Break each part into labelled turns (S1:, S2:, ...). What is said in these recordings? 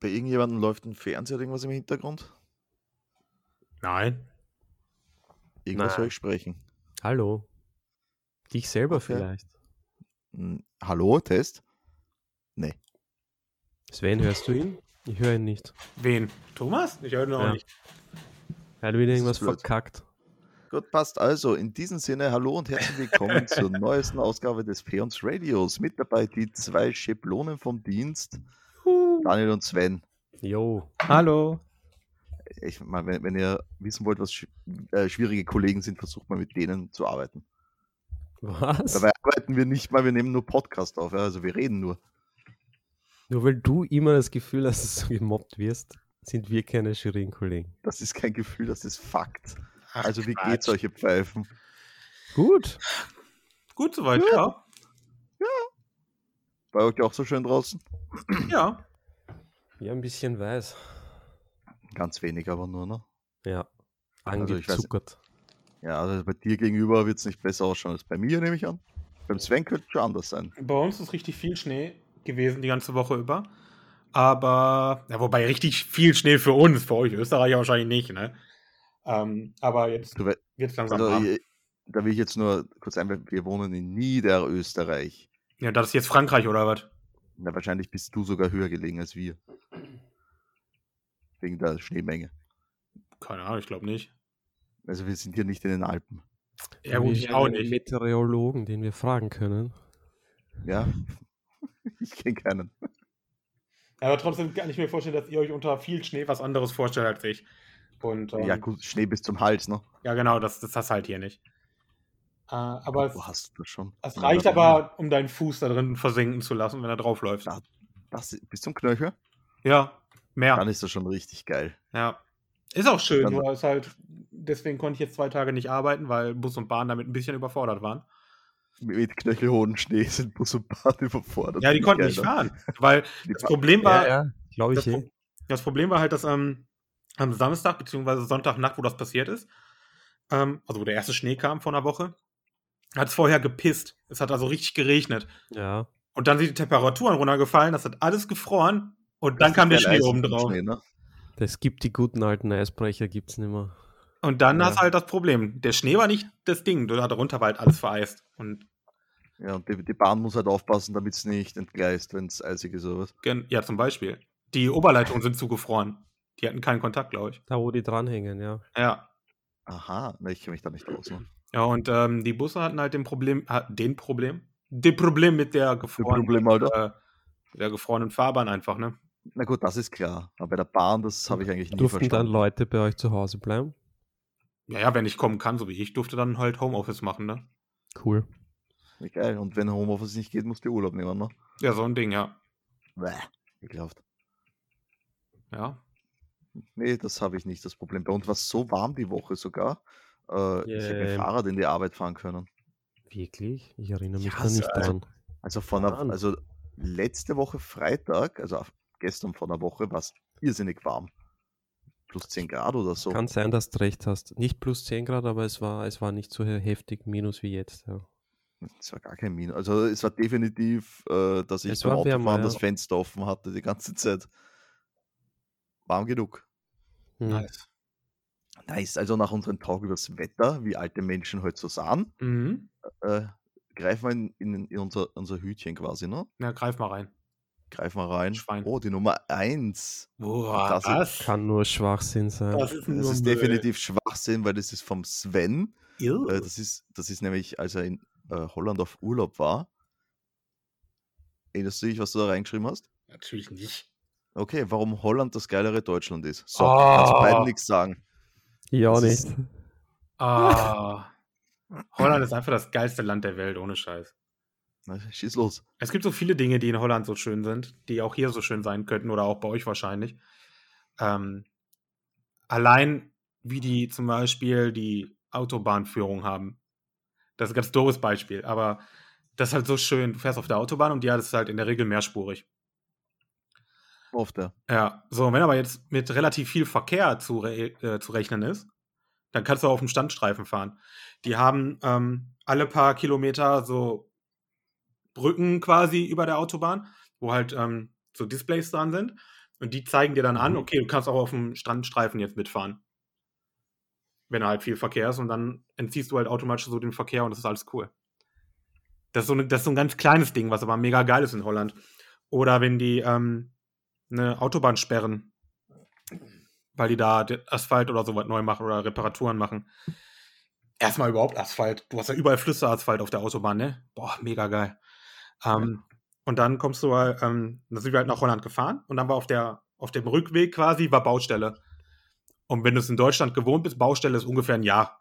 S1: bei irgendjemandem läuft ein Fernseher oder irgendwas im Hintergrund?
S2: Nein.
S1: Irgendwas
S2: Nein.
S1: soll ich sprechen.
S3: Hallo. Dich selber
S1: Okay.
S3: vielleicht.
S1: Hm, Hallo, Test?
S3: Sven, hörst du ihn? Ich höre ihn nicht.
S2: Wen? Thomas? Ich höre ihn noch
S3: Ja.
S2: nicht.
S3: Er hat wieder
S1: ist
S3: irgendwas
S1: blöd.
S3: verkackt.
S1: Gut, passt. Also, in diesem Sinne, hallo und herzlich willkommen zur neuesten Ausgabe des Peons Radios. Mit dabei die zwei Schablonen vom Dienst, Daniel und Sven.
S3: Jo.
S4: Hallo.
S1: Ich meine, wenn, wenn ihr wissen wollt, was sch äh, schwierige Kollegen sind, versucht mal mit denen zu arbeiten.
S3: Was?
S1: Dabei arbeiten wir nicht mal, wir nehmen nur Podcast auf, ja, also wir reden nur.
S3: Nur weil du immer das Gefühl hast, dass du gemobbt wirst, sind wir keine schwierigen Kollegen.
S1: Das ist kein Gefühl, das ist Fakt.
S2: Ach,
S1: also, wie
S2: Quatsch.
S1: geht's euch, ihr Pfeifen?
S3: Gut.
S2: Gut soweit, ja.
S1: Ja. Bei euch auch so schön draußen?
S2: Ja.
S3: Ja, ein bisschen weiß.
S1: Ganz wenig, aber nur, ne?
S3: Ja.
S1: Also ich weiß-
S3: Angezuckert.
S1: Ja, also bei dir gegenüber wird es nicht besser ausschauen als bei mir, nehme ich an. Beim Sven könnte es schon anders sein.
S2: Bei uns ist richtig viel Schnee gewesen die ganze Woche über. Aber, ja, wobei richtig viel Schnee für uns, für euch Österreicher wahrscheinlich nicht, ne? Ähm, aber jetzt
S1: Du, we-
S2: wird es langsam
S1: also,
S2: warm.
S1: ich, da will ich jetzt nur kurz einwerfen, wir wohnen in Niederösterreich.
S2: Ja, das ist jetzt Frankreich oder was?
S1: Na, wahrscheinlich bist du sogar höher gelegen als wir. Wegen der Schneemenge.
S2: Keine Ahnung, ich glaube nicht.
S1: Also wir sind hier nicht in den Alpen.
S2: Ja, gut, ich auch nicht.
S3: Meteorologen, den wir fragen können.
S1: Ja? Ich kenne keinen.
S2: Aber trotzdem kann ich mir vorstellen, dass ihr euch unter viel Schnee was anderes vorstellt als ich. Und, ähm,
S1: Ja, gut, Schnee bis zum Hals, ne?
S2: Ja, genau, das das ist das halt hier nicht. Äh, aber es,
S1: Wo hast Oh, du das schon?
S2: es
S1: Na,
S2: reicht
S1: da-
S2: aber, um deinen Fuß da drin versinken zu lassen, wenn er draufläuft.
S1: Ja. Das, bis zum Knöchel?
S2: Ja, mehr.
S1: Dann ist das schon richtig geil.
S2: Ja. Ist auch schön,
S1: Dann-
S2: nur ist halt, deswegen konnte ich jetzt zwei Tage nicht arbeiten, weil Bus und Bahn damit ein bisschen überfordert waren.
S1: Mit knöchelhohen Schnee sind Bus und Bahn überfordert.
S2: Ja, die
S1: Wie
S2: konnten
S1: geil,
S2: nicht
S1: ne?
S2: fahren. Weil
S1: Die
S2: das Problem war,
S3: ja. Glaube
S2: das,
S3: ich. eh.
S2: Pro- das Problem war halt, dass ähm, am Samstag bzw. Sonntagnacht, wo das passiert ist, ähm, also wo der erste Schnee kam vor einer Woche, hat es vorher gepisst. Es hat also richtig geregnet.
S3: Ja.
S2: Und dann sind die Temperaturen runtergefallen, das hat alles gefroren und dann kam der
S1: Sehr
S2: Schnee
S1: leise
S2: oben
S1: vom
S2: drauf.
S1: Schnee, ne?
S3: Das gibt die guten alten Eisbrecher, gibt's nicht mehr.
S2: Und dann
S3: Ja.
S2: hast du halt das Problem. Der Schnee war nicht das Ding, da darunter war halt alles vereist. Und
S1: Ja, und die, die Bahn muss halt aufpassen, damit es nicht entgleist, wenn es eisig ist oder was.
S2: gen- ja, zum Beispiel. Die Oberleitungen sind zugefroren. Die hatten keinen Kontakt, glaube ich.
S3: Da, wo die dranhängen, ja.
S2: Ja.
S1: Aha, ne, ich kenne mich da nicht aus. Ne?
S2: Ja, und ähm, die Busse hatten halt den Problem, ha- den Problem? Den Problem mit der gefrorenen,
S1: Problem, Alter.
S2: äh, der gefrorenen Fahrbahn einfach, ne?
S1: halt, Na gut, das ist klar. Aber bei der Bahn, das habe ich eigentlich nie
S3: Durften dann
S1: verstanden.
S3: Leute bei euch zu Hause bleiben?
S2: Ja, ja, wenn ich kommen kann, so wie ich, durfte dann halt Homeoffice machen, ne?
S3: Cool.
S1: Wie Geil. Und wenn Homeoffice nicht geht, musst du Urlaub nehmen, ne?
S2: Ja, so ein Ding, ja.
S1: Bäh, ekelhaft.
S2: Ja.
S1: Nee, das habe ich nicht, das Problem. Bei uns war es so warm die Woche sogar. Äh, Ich habe
S3: Yay.
S1: mit Fahrrad in die Arbeit fahren können.
S3: Wirklich? Ich erinnere mich
S2: Ja,
S3: da
S2: so,
S3: nicht
S1: also-
S3: dran.
S1: Also von einer,
S3: Wahnsinn.
S1: also letzte Woche Freitag, also auf- gestern vor einer Woche, war es irrsinnig warm. Plus 10 Grad oder so.
S3: Kann sein, dass du recht hast. Nicht plus 10 Grad, aber es war, es war nicht so he- heftig minus wie jetzt. Ja.
S1: Es war gar kein Minus. Also es war definitiv, äh, dass ich
S3: Es
S1: beim
S3: war wärmer,
S1: Autofahren das
S3: ja.
S1: Fenster offen hatte die ganze Zeit. Warm genug. Mhm.
S3: Hm.
S2: Nice.
S1: Nice. Also nach unserem Talk über das Wetter, wie alte Menschen heute so sahen,
S2: Mhm.
S1: äh, greifen wir in, in, in unser, unser Hütchen quasi, ne?
S2: Na, greif mal rein.
S1: Greifen wir rein.
S2: Schwein.
S1: Oh, die Nummer 1.
S2: Boah,
S1: Das ist-
S3: Kann nur Schwachsinn sein.
S2: Das ist,
S1: Das
S2: nur
S1: ist
S2: Müll.
S1: definitiv Schwachsinn, weil das ist vom Sven.
S2: Irr.
S1: Äh, das, ist, das ist nämlich, als er in äh, Holland auf Urlaub war. Erinnerst du dich, was du da reingeschrieben hast?
S2: Natürlich nicht.
S1: Okay, warum Holland das geilere Deutschland ist. So, also
S2: Ah.
S1: kannst beiden nichts sagen.
S3: ja,
S1: das
S3: nicht.
S1: ist-
S2: Ah. Holland ist einfach das geilste Land der Welt, ohne Scheiß.
S1: Na, schieß los.
S2: Es gibt so viele Dinge, die in Holland so schön sind, die auch hier so schön sein könnten oder auch bei euch wahrscheinlich. Ähm, allein wie die zum Beispiel die Autobahnführung haben. Das ist ein ganz doofes Beispiel, aber das ist halt so schön. Du fährst auf der Autobahn und ja, das ist halt in der Regel mehrspurig.
S1: Oft, ja.
S2: Ja, so, wenn aber jetzt mit relativ viel Verkehr zu, re äh, zu rechnen ist, dann kannst du auf dem Standstreifen fahren. Die haben ähm, alle paar Kilometer so Brücken quasi über der Autobahn, wo halt ähm, so Displays dran sind. Und die zeigen dir dann an,
S3: Mhm.
S2: okay, du kannst auch auf dem Strandstreifen jetzt mitfahren. Wenn da halt viel Verkehr ist und dann entziehst du halt automatisch so den Verkehr und das ist alles cool. Das ist so, ne, das ist so ein ganz kleines Ding, was aber mega geil ist in Holland. Oder wenn die ähm, eine Autobahn sperren, weil die da den Asphalt oder sowas neu machen oder Reparaturen machen. Erstmal überhaupt Asphalt. Du hast ja überall Flüsserasphalt auf der Autobahn, ne? Boah, mega geil. Ähm, und dann kommst du, äh, ähm, dann sind wir halt nach Holland gefahren und dann war auf, der, auf dem Rückweg quasi war Baustelle. Und wenn du es in Deutschland gewohnt bist, Baustelle ist ungefähr ein Jahr.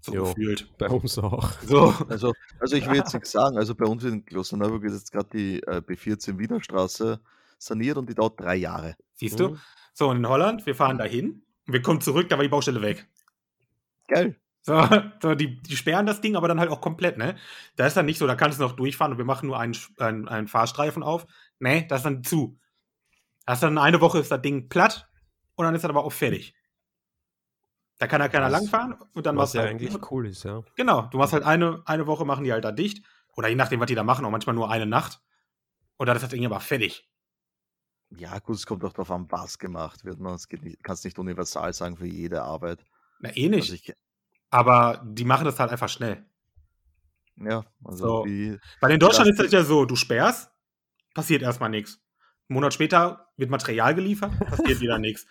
S2: So
S3: Jo.
S2: gefühlt.
S3: Bei uns auch.
S2: So.
S1: Also, also ich will jetzt nichts sagen. Also bei uns in Klosterneuburg ist jetzt gerade die äh, B14 Wienerstraße saniert und die dauert drei Jahre.
S2: Siehst du? So, und in Holland, wir fahren dahin, wir kommen zurück, da war die Baustelle weg.
S1: Geil.
S2: So, so die, die sperren das Ding, aber dann halt auch komplett, ne? Da ist dann nicht so, da kannst du noch durchfahren und wir machen nur einen, Sch- einen, einen Fahrstreifen auf. Ne, das ist dann zu. Das ist dann eine Woche ist das Ding platt und dann ist das aber auch fertig. Da kann ja keiner
S3: Was-
S2: langfahren und dann
S3: Was
S2: machst du
S3: ja
S2: halt-
S3: eigentlich cool ist, ja.
S2: Genau, du machst halt eine, eine Woche, machen die halt da dicht. Oder je nachdem, was die da machen, auch manchmal nur eine Nacht. Und dann ist das Ding aber fertig.
S1: Ja, gut, es kommt auch darauf an, was gemacht wird. Man es geht nicht, kannst nicht universal sagen für jede Arbeit.
S2: Na, eh nicht.
S1: Also ich,
S2: aber die machen das halt einfach schnell.
S1: ja, also
S2: So.
S1: die,
S2: Weil in Deutschland
S1: Das-
S2: ist das ja so, du sperrst, passiert erstmal nichts. Einen Monat später wird Material geliefert, passiert wieder nichts.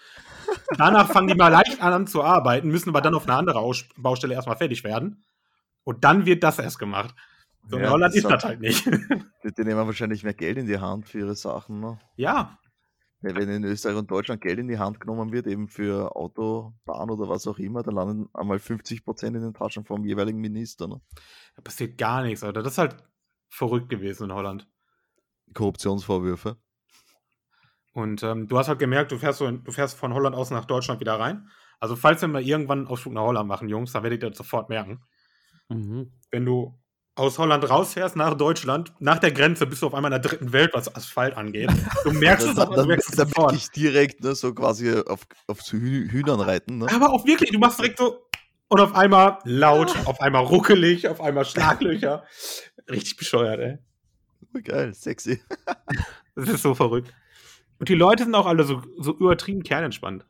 S2: Danach fangen die mal leicht an zu arbeiten, müssen aber dann auf eine andere Aus Baustelle erstmal fertig werden. Und dann wird das erst gemacht. So in
S1: Ja,
S2: Holland
S1: das
S2: ist
S1: hat-
S2: das halt nicht.
S1: die, die nehmen wahrscheinlich mehr Geld in die Hand für ihre Sachen. Ne?
S2: ja,
S1: Ja, Wenn in Österreich und Deutschland Geld in die Hand genommen wird, eben für Autobahn oder was auch immer, dann landen einmal 50 Prozent in den Taschen vom jeweiligen Minister. Ne?
S2: da passiert gar nichts, Alter. Das ist halt verrückt gewesen in Holland.
S1: Korruptionsvorwürfe.
S2: Und ähm, du hast halt gemerkt, du fährst, so in, du fährst von Holland aus nach Deutschland wieder rein. Also, falls wir mal irgendwann einen Ausflug nach Holland machen, Jungs, dann werdet ihr das sofort merken.
S3: Mhm.
S2: wenn du aus Holland rausfährst nach Deutschland, nach der Grenze bist du auf einmal in der dritten Welt, was Asphalt angeht. Du merkst es,
S1: Da-
S2: aber du
S1: da-
S2: merkst es
S1: da bin
S2: sofort.
S1: ich direkt ne, so quasi auf, auf zu Hü Hühnern reiten. Ne?
S2: Aber auch wirklich, du machst direkt so und auf einmal laut, auf einmal ruckelig, auf einmal Schlaglöcher. Richtig bescheuert, ey.
S1: Geil, sexy.
S2: Das ist so verrückt. Und die Leute sind auch alle so, so übertrieben kernentspannt.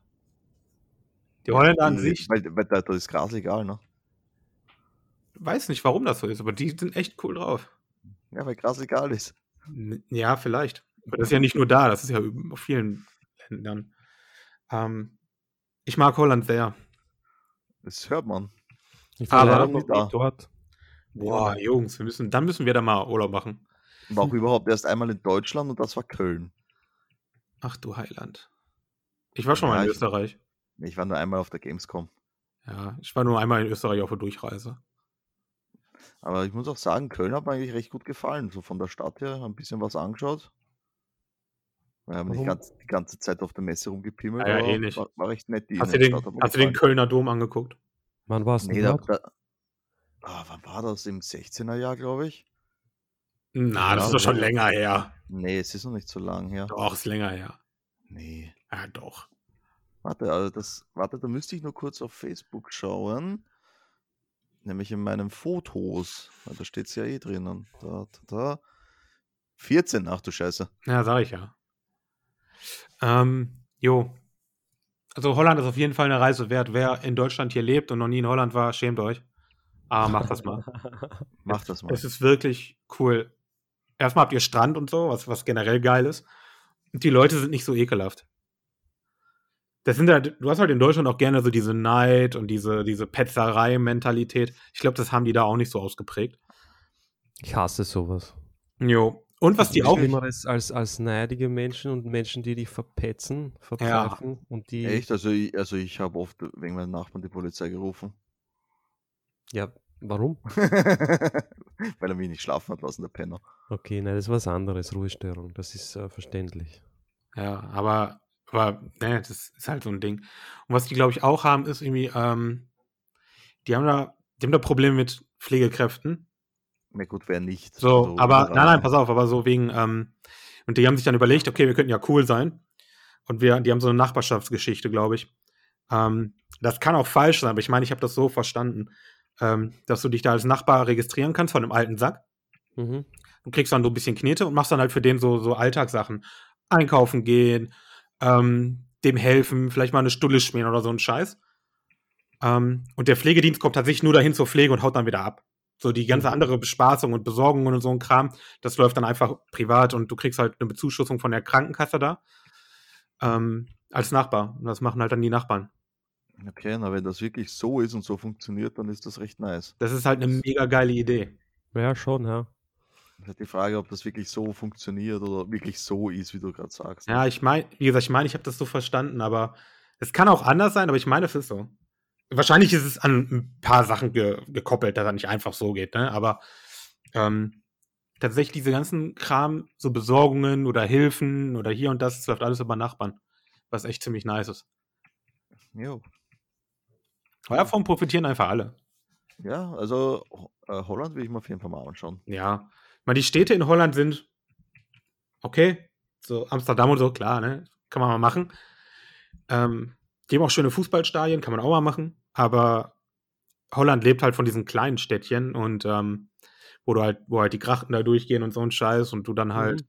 S2: Die Holländer an sich,
S1: Weil, weil da, da ist Gras egal, ne?
S2: weiß nicht, warum das so ist, aber die sind echt cool drauf.
S1: Ja, weil Gras egal ist.
S2: Ja, vielleicht. Aber das ist ja nicht nur da, das ist ja üb- auf vielen Ländern. Ähm, ich mag Holland sehr.
S1: Das hört man.
S3: Ich
S2: Aber-
S3: war leider noch
S1: Da.
S3: nicht dort.
S2: Boah, Jungs, wir müssen, dann müssen wir da mal Urlaub machen.
S1: War auch überhaupt erst einmal in Deutschland und das war Köln.
S2: Ach du Heiland. Ich war schon mal
S1: Ja,
S2: in
S1: ich-
S2: Österreich.
S1: Ich war nur einmal auf der Gamescom.
S2: Ja, ich war nur einmal in Österreich auf der Durchreise.
S1: Aber ich muss auch sagen, Köln hat mir eigentlich recht gut gefallen. So von der Stadt her ein bisschen was angeschaut. Wir haben nicht
S3: Warum?
S1: ganz, die ganze Zeit auf der Messe rumgepimmelt.
S2: Ja, ja,
S1: aber
S2: eh nicht.
S1: War, war recht nett. Die
S2: Hast du den,
S1: Innenstadt hat mir
S2: hast du den
S1: gefallen.
S2: Kölner Dom angeguckt?
S3: Wann warst du
S1: Nee, da,
S3: dort?
S1: da, ah, wann war das? Im 16er Jahr, glaube ich.
S2: Na, das
S1: Ja,
S2: ist doch schon
S1: ja.
S2: länger her.
S1: Nee, es ist noch nicht so lang her.
S2: Doch, ist länger her.
S1: Nee.
S2: Ja, doch.
S1: Warte, also das, warte, da müsste ich nur kurz auf Facebook schauen. Nämlich in meinen Fotos. Weil Da steht es ja eh drinnen. Da, da, da. 14, ach du Scheiße.
S2: Ja, sag ich ja. Ähm, jo. Also Holland ist auf jeden Fall eine Reise wert. Wer in Deutschland hier lebt und noch nie in Holland war, schämt euch. Aber macht das mal.
S1: Mach das mal.
S2: Es ist wirklich cool. Erstmal habt ihr Strand und so, was, was generell geil ist. Und die Leute sind nicht so ekelhaft. Das sind halt, du hast halt in Deutschland auch gerne so diese Neid und diese, diese Petzerei-Mentalität. Ich glaube, das haben die da auch nicht so ausgeprägt.
S3: Ich hasse sowas.
S2: Jo. Und was die
S3: Nichts
S2: auch.
S3: Schlimmeres als, als neidige Menschen und Menschen, die dich verpetzen, verpfeifen und die.
S1: Echt? Also ich, also ich habe oft wegen meinen Nachbarn die Polizei gerufen.
S3: Ja, warum?
S1: Weil er mich nicht schlafen hat lassen, der Penner.
S3: Okay, nein, das ist was anderes, Ruhestörung. Das ist äh, verständlich.
S2: Ja, aber, aber ne, das ist halt so ein Ding. Und was die, glaube ich, auch haben, ist irgendwie, ähm, die haben da, die haben da Probleme mit Pflegekräften.
S1: Na gut, wer nicht.
S2: So,
S1: Also,
S2: aber
S1: überall.
S2: nein, nein, pass auf, aber so wegen, ähm, und die haben sich dann überlegt, okay, wir könnten ja cool sein. Und wir, die haben so eine Nachbarschaftsgeschichte, glaube ich. Ähm, das kann auch falsch sein, aber ich meine, ich habe das so verstanden, ähm, dass du dich da als Nachbar registrieren kannst von einem alten Sack
S3: Mhm.
S2: und kriegst dann so ein bisschen Knete und machst dann halt für den so, so Alltagssachen. einkaufen gehen, ähm, dem helfen, vielleicht mal eine Stulle schmieren oder so ein Scheiß. Ähm, und der Pflegedienst kommt tatsächlich nur dahin zur Pflege und haut dann wieder ab. So die ganze andere Bespaßung und Besorgung und so ein Kram, das läuft dann einfach privat und du kriegst halt eine Bezuschussung von der Krankenkasse da ähm, als Nachbar. Und das machen halt dann die Nachbarn.
S1: Okay, na, wenn das wirklich so ist und so funktioniert, dann ist das recht nice.
S2: Das ist halt eine mega geile Idee.
S3: Ja, schon, ja.
S1: Das ist halt die Frage, ob das wirklich so funktioniert oder wirklich so ist, wie du gerade sagst.
S2: Ja, ich meine, wie gesagt, ich meine, ich habe das so verstanden, aber es kann auch anders sein, aber ich meine, es ist so. Wahrscheinlich ist es an ein paar Sachen ge gekoppelt, dass das nicht einfach so geht, ne? Aber ähm, tatsächlich diese ganzen Kram, so Besorgungen oder Hilfen oder hier und das, das läuft alles über Nachbarn, was echt ziemlich nice ist.
S1: Jo.
S2: Aber davon profitieren einfach alle.
S1: Ja, also Ho- äh, Holland will ich mir auf jeden Fall mal anschauen.
S2: Ja. Ich meine, die Städte in Holland sind okay. So Amsterdam und so, klar, ne? Kann man mal machen. Ähm, die haben auch schöne Fußballstadien, kann man auch mal machen. Aber Holland lebt halt von diesen kleinen Städtchen und ähm, wo du halt, wo halt die Krachten da durchgehen und so ein Scheiß und du dann halt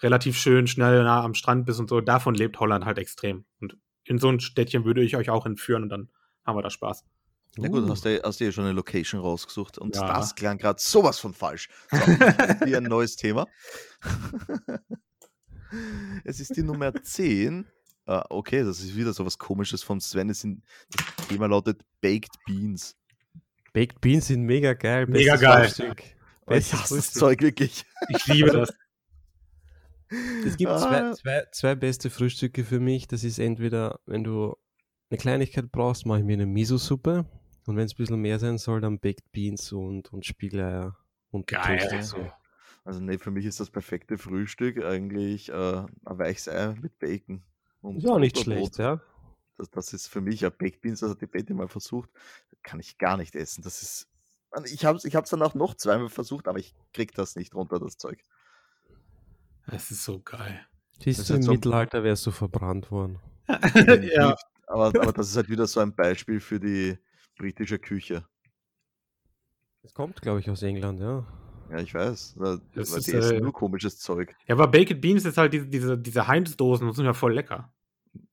S2: relativ schön schnell nah am Strand bist und so. Davon lebt Holland halt extrem. Und in so ein Städtchen würde ich euch auch entführen und dann haben wir da Spaß.
S1: Na gut,
S3: Uh.
S1: hast du, hast du ja schon eine Location rausgesucht und
S2: Ja.
S1: das klang gerade sowas von falsch. So, hier ein neues Thema. es ist die Nummer 10. Ah, okay, das ist wieder sowas komisches von Sven. Es sind, das Thema lautet Baked Beans.
S3: Baked Beans sind mega geil.
S2: Mega
S3: bestes
S2: geil.
S3: Frühstück.
S1: Aber ich
S3: Bestes
S1: hasse das
S3: Frühstück.
S1: Zeug wirklich.
S2: Ich liebe das.
S3: Es gibt zwei,
S1: Ah.
S3: zwei, zwei beste Frühstücke für mich. Das ist entweder, wenn du eine Kleinigkeit brauchst, mache ich mir eine Miso-Suppe. Und wenn es ein bisschen mehr sein soll, dann Baked Beans und, und Spiegeleier und
S2: Geil.
S3: getoastet So.
S1: Also nee, für mich ist das perfekte Frühstück eigentlich äh, ein Weichsei mit Bacon. und
S3: Ist auch nicht
S1: Butterbrot.
S3: schlecht, ja.
S1: Das, das ist für mich ja Baked Beans, das hat die Betty mal versucht. Kann ich gar nicht essen. Das ist. Mann, Ich habe es ich hab's danach noch zweimal versucht, aber ich krieg das nicht runter, das Zeug.
S2: Es ist so geil.
S1: Das ist
S3: Siehst du,
S1: halt
S3: im
S1: so-
S3: Mittelalter wärst du verbrannt worden.
S2: ja.
S1: Aber, aber das ist halt wieder so ein Beispiel für die britische Küche.
S3: Das kommt, glaube ich, aus England, ja.
S1: Ja, ich weiß. Da,
S2: Das
S1: weil
S2: ist,
S1: die essen
S2: äh,
S1: nur komisches Zeug.
S2: Ja, aber Baked Beans ist halt diese, diese, diese Heinz-Dosen, das sind ja voll lecker.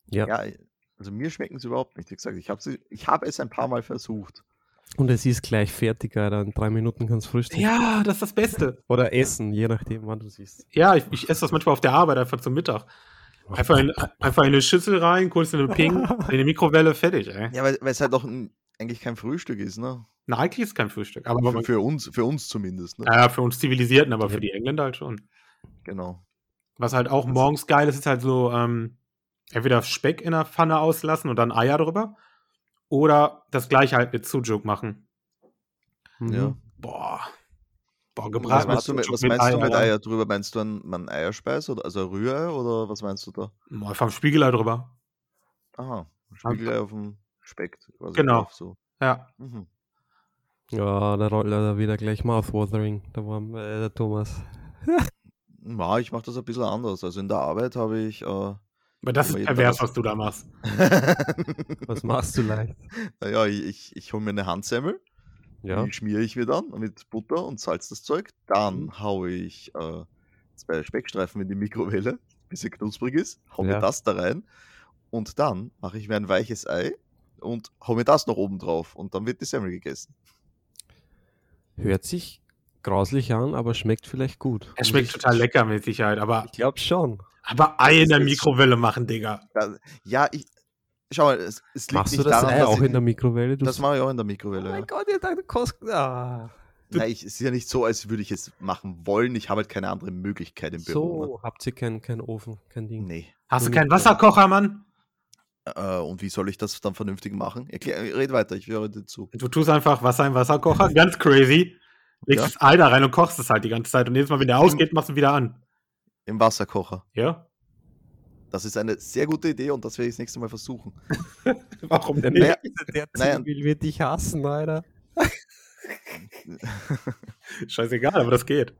S3: Ja.
S1: Ja, also mir schmecken sie überhaupt nicht. Wie gesagt, ich habe ich hab es ein paar Mal versucht.
S3: Und es ist gleich fertig, Alter. In drei Minuten kannst du frühstücken.
S2: Ja, das ist das Beste.
S3: Oder essen, je nachdem, wann du siehst.
S2: Ja, ich, ich esse das manchmal auf der Arbeit, einfach zum Mittag. Einfach in, einfach in eine Schüssel rein, kurz in den Ping, in die Mikrowelle, fertig, ey.
S1: Ja, weil weil es halt auch ein, eigentlich kein Frühstück ist, ne?
S2: Na, eigentlich ist kein Frühstück, aber
S1: Für, für uns, für uns zumindest, ne?
S2: naja, für uns Zivilisierten, aber für die Engländer halt schon.
S1: Genau.
S2: Was halt auch morgens geil ist, ist halt so, ähm, entweder Speck in der Pfanne auslassen und dann Eier drüber. Oder das gleiche halt mit Sujuk machen.
S3: Mhm.
S1: Ja.
S2: Boah. Boah,
S1: Was
S2: gebratenes
S1: meinst du mit,
S2: Sucuk
S1: was meinst du mit
S2: Alter.
S1: Eier drüber? Meinst du einen, einen Eierspeis oder also ein Rührei oder was meinst du da?
S2: Mal vom Spiegelei drüber.
S1: Aha, ein Spiegelei auf dem Speck. quasi
S2: Genau.
S1: drauf, so.
S2: Ja.
S1: Mhm.
S3: Ja, da rollt er wieder gleich Mouthwatering, da war äh, der Thomas.
S1: Na, ich mache das ein bisschen anders. Also in der Arbeit habe ich. Äh,
S2: Aber das
S1: Aber
S2: ist
S1: jetzt
S2: pervers,
S1: aber-
S2: was du da machst.
S3: Was machst du leicht?
S1: naja, ich, ich, ich hole mir eine Handsemmel,
S3: Ja.
S1: die schmiere ich mir dann mit Butter und Salz das Zeug.
S3: Mhm.
S1: Dann haue ich äh, zwei Speckstreifen in die Mikrowelle, bis sie knusprig ist, haue
S3: Ja.
S1: mir das da rein und dann mache ich mir ein weiches Ei und haue mir das noch oben drauf und dann wird die Semmel gegessen.
S3: Hört sich grauslich an, aber schmeckt vielleicht gut.
S2: Er schmeckt total lecker mit Sicherheit, aber,
S3: Ich glaube schon.
S2: aber Ei in der
S1: Das ist-
S2: Mikrowelle machen, Digga.
S1: Da, ja, ich. Schau mal, es, es liegt
S3: Machst du
S1: nicht
S3: das
S1: daran,
S3: Ei
S1: dass
S3: auch
S1: ich,
S3: in der Mikrowelle? Du
S1: Das mache ich auch in der
S3: oh
S1: Mikrowelle.
S3: mein
S1: ja.
S3: Gott, ihr dachte, kostet. Ah.
S1: Nein, ich, es ist ja nicht so, als würde ich es machen wollen. Ich habe halt keine andere Möglichkeit im Büro.
S3: So, habt ihr keinen kein Ofen, kein
S1: Ne?
S3: Ding.
S1: Nee.
S2: Hast du
S3: Nur
S2: keinen
S3: Mikrowelle.
S2: Wasserkocher, Mann?
S1: Äh, und wie soll ich das dann vernünftig machen? Erklär, red weiter, ich höre dir zu.
S2: Du tust einfach Wasser im Wasserkocher, ganz crazy. Legst
S1: Ja.
S2: das Ei da rein und kochst es halt die ganze Zeit. Und jedes Mal, wenn der ausgeht, machst du ihn wieder an.
S1: Im Wasserkocher.
S2: Ja?
S1: Das ist eine sehr gute Idee und das werde ich das nächste Mal versuchen.
S2: Warum
S3: Der,
S2: denn?
S1: Naja,
S3: Mer- der
S1: naja.
S3: Zwiebel wird dich hassen, Alter.
S2: Scheißegal, aber das geht.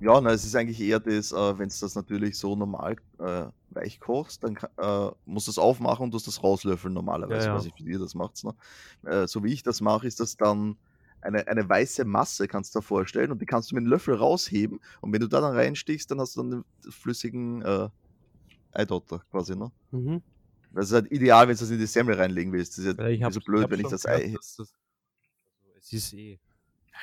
S1: Ja, na, es ist eigentlich eher das, äh, wenn du das natürlich so normal äh, weich kochst, dann ka- äh, musst du es aufmachen und du das rauslöffeln normalerweise.
S3: Ja, ja.
S1: Ich weiß nicht, wie ihr das macht. Ne? Äh, so wie ich das mache, ist das dann eine, eine weiße Masse kannst du dir vorstellen und die kannst du mit einem Löffel rausheben und wenn du da dann reinstichst, dann hast du dann den flüssigen äh, Eidotter quasi, ne?
S3: Mhm.
S1: Das ist halt ideal, wenn du das in die Semmel reinlegen willst. Das ist ja
S3: Weil Ich
S1: nicht
S3: habe
S1: so blöd, wenn ich das Ei...
S3: es ist eh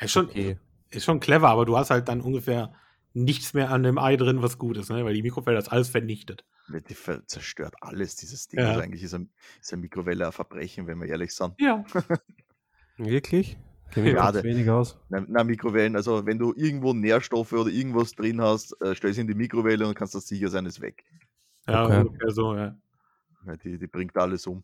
S2: Ist schon,
S3: okay.
S2: ist schon clever, aber du hast halt dann ungefähr nichts mehr an dem Ei drin, was gut ist, ne? weil die Mikrowelle das alles vernichtet.
S1: Ne, Die ver- zerstört alles, dieses Ding.
S2: Ja.
S1: Also eigentlich ist ein, ist ein Mikrowelle ein Verbrechen, wenn wir ehrlich sind.
S2: Ja.
S3: Wirklich? Kenn mich
S1: Gerade.
S3: ganz wenig aus.
S1: Na, na, Mikrowellen, also wenn du irgendwo Nährstoffe oder irgendwas drin hast, äh, stell es in die Mikrowelle und kannst das sicher sein, ist weg.
S2: Ja,
S3: Okay.
S2: ungefähr so, ja.
S1: Weil die, die bringt alles um.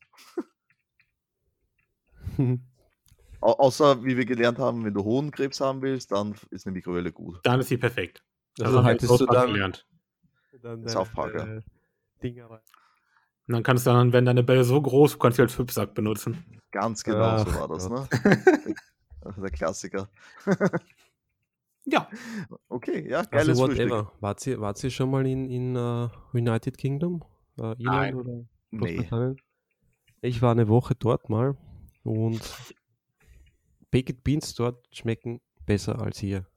S1: Au außer, wie wir gelernt haben, wenn du Hohenkrebs haben willst, dann ist eine Mikrowelle gut.
S2: Dann ist sie perfekt. Das
S3: Also
S2: haben wir
S3: haltest du
S2: jetzt
S3: dann,
S2: gelernt.
S3: dann deine,
S1: South Park, ja.
S3: deine Dinger rein.
S2: Und dann kannst du dann, wenn deine Bälle so groß, du kannst sie als Fipsack benutzen.
S1: Ganz genau so
S3: Ach
S1: war das, ne? Der, der Klassiker.
S2: Ja.
S1: Okay, ja, geiles
S3: Also
S1: Frühstück.
S3: whatever. Wart ihr, wart ihr schon mal in, in äh, United Kingdom? Äh, Irland
S2: Nein.
S3: oder
S1: Nee,
S3: Großbritannien? Ich war eine Woche dort mal und Baked Beans dort schmecken besser als hier.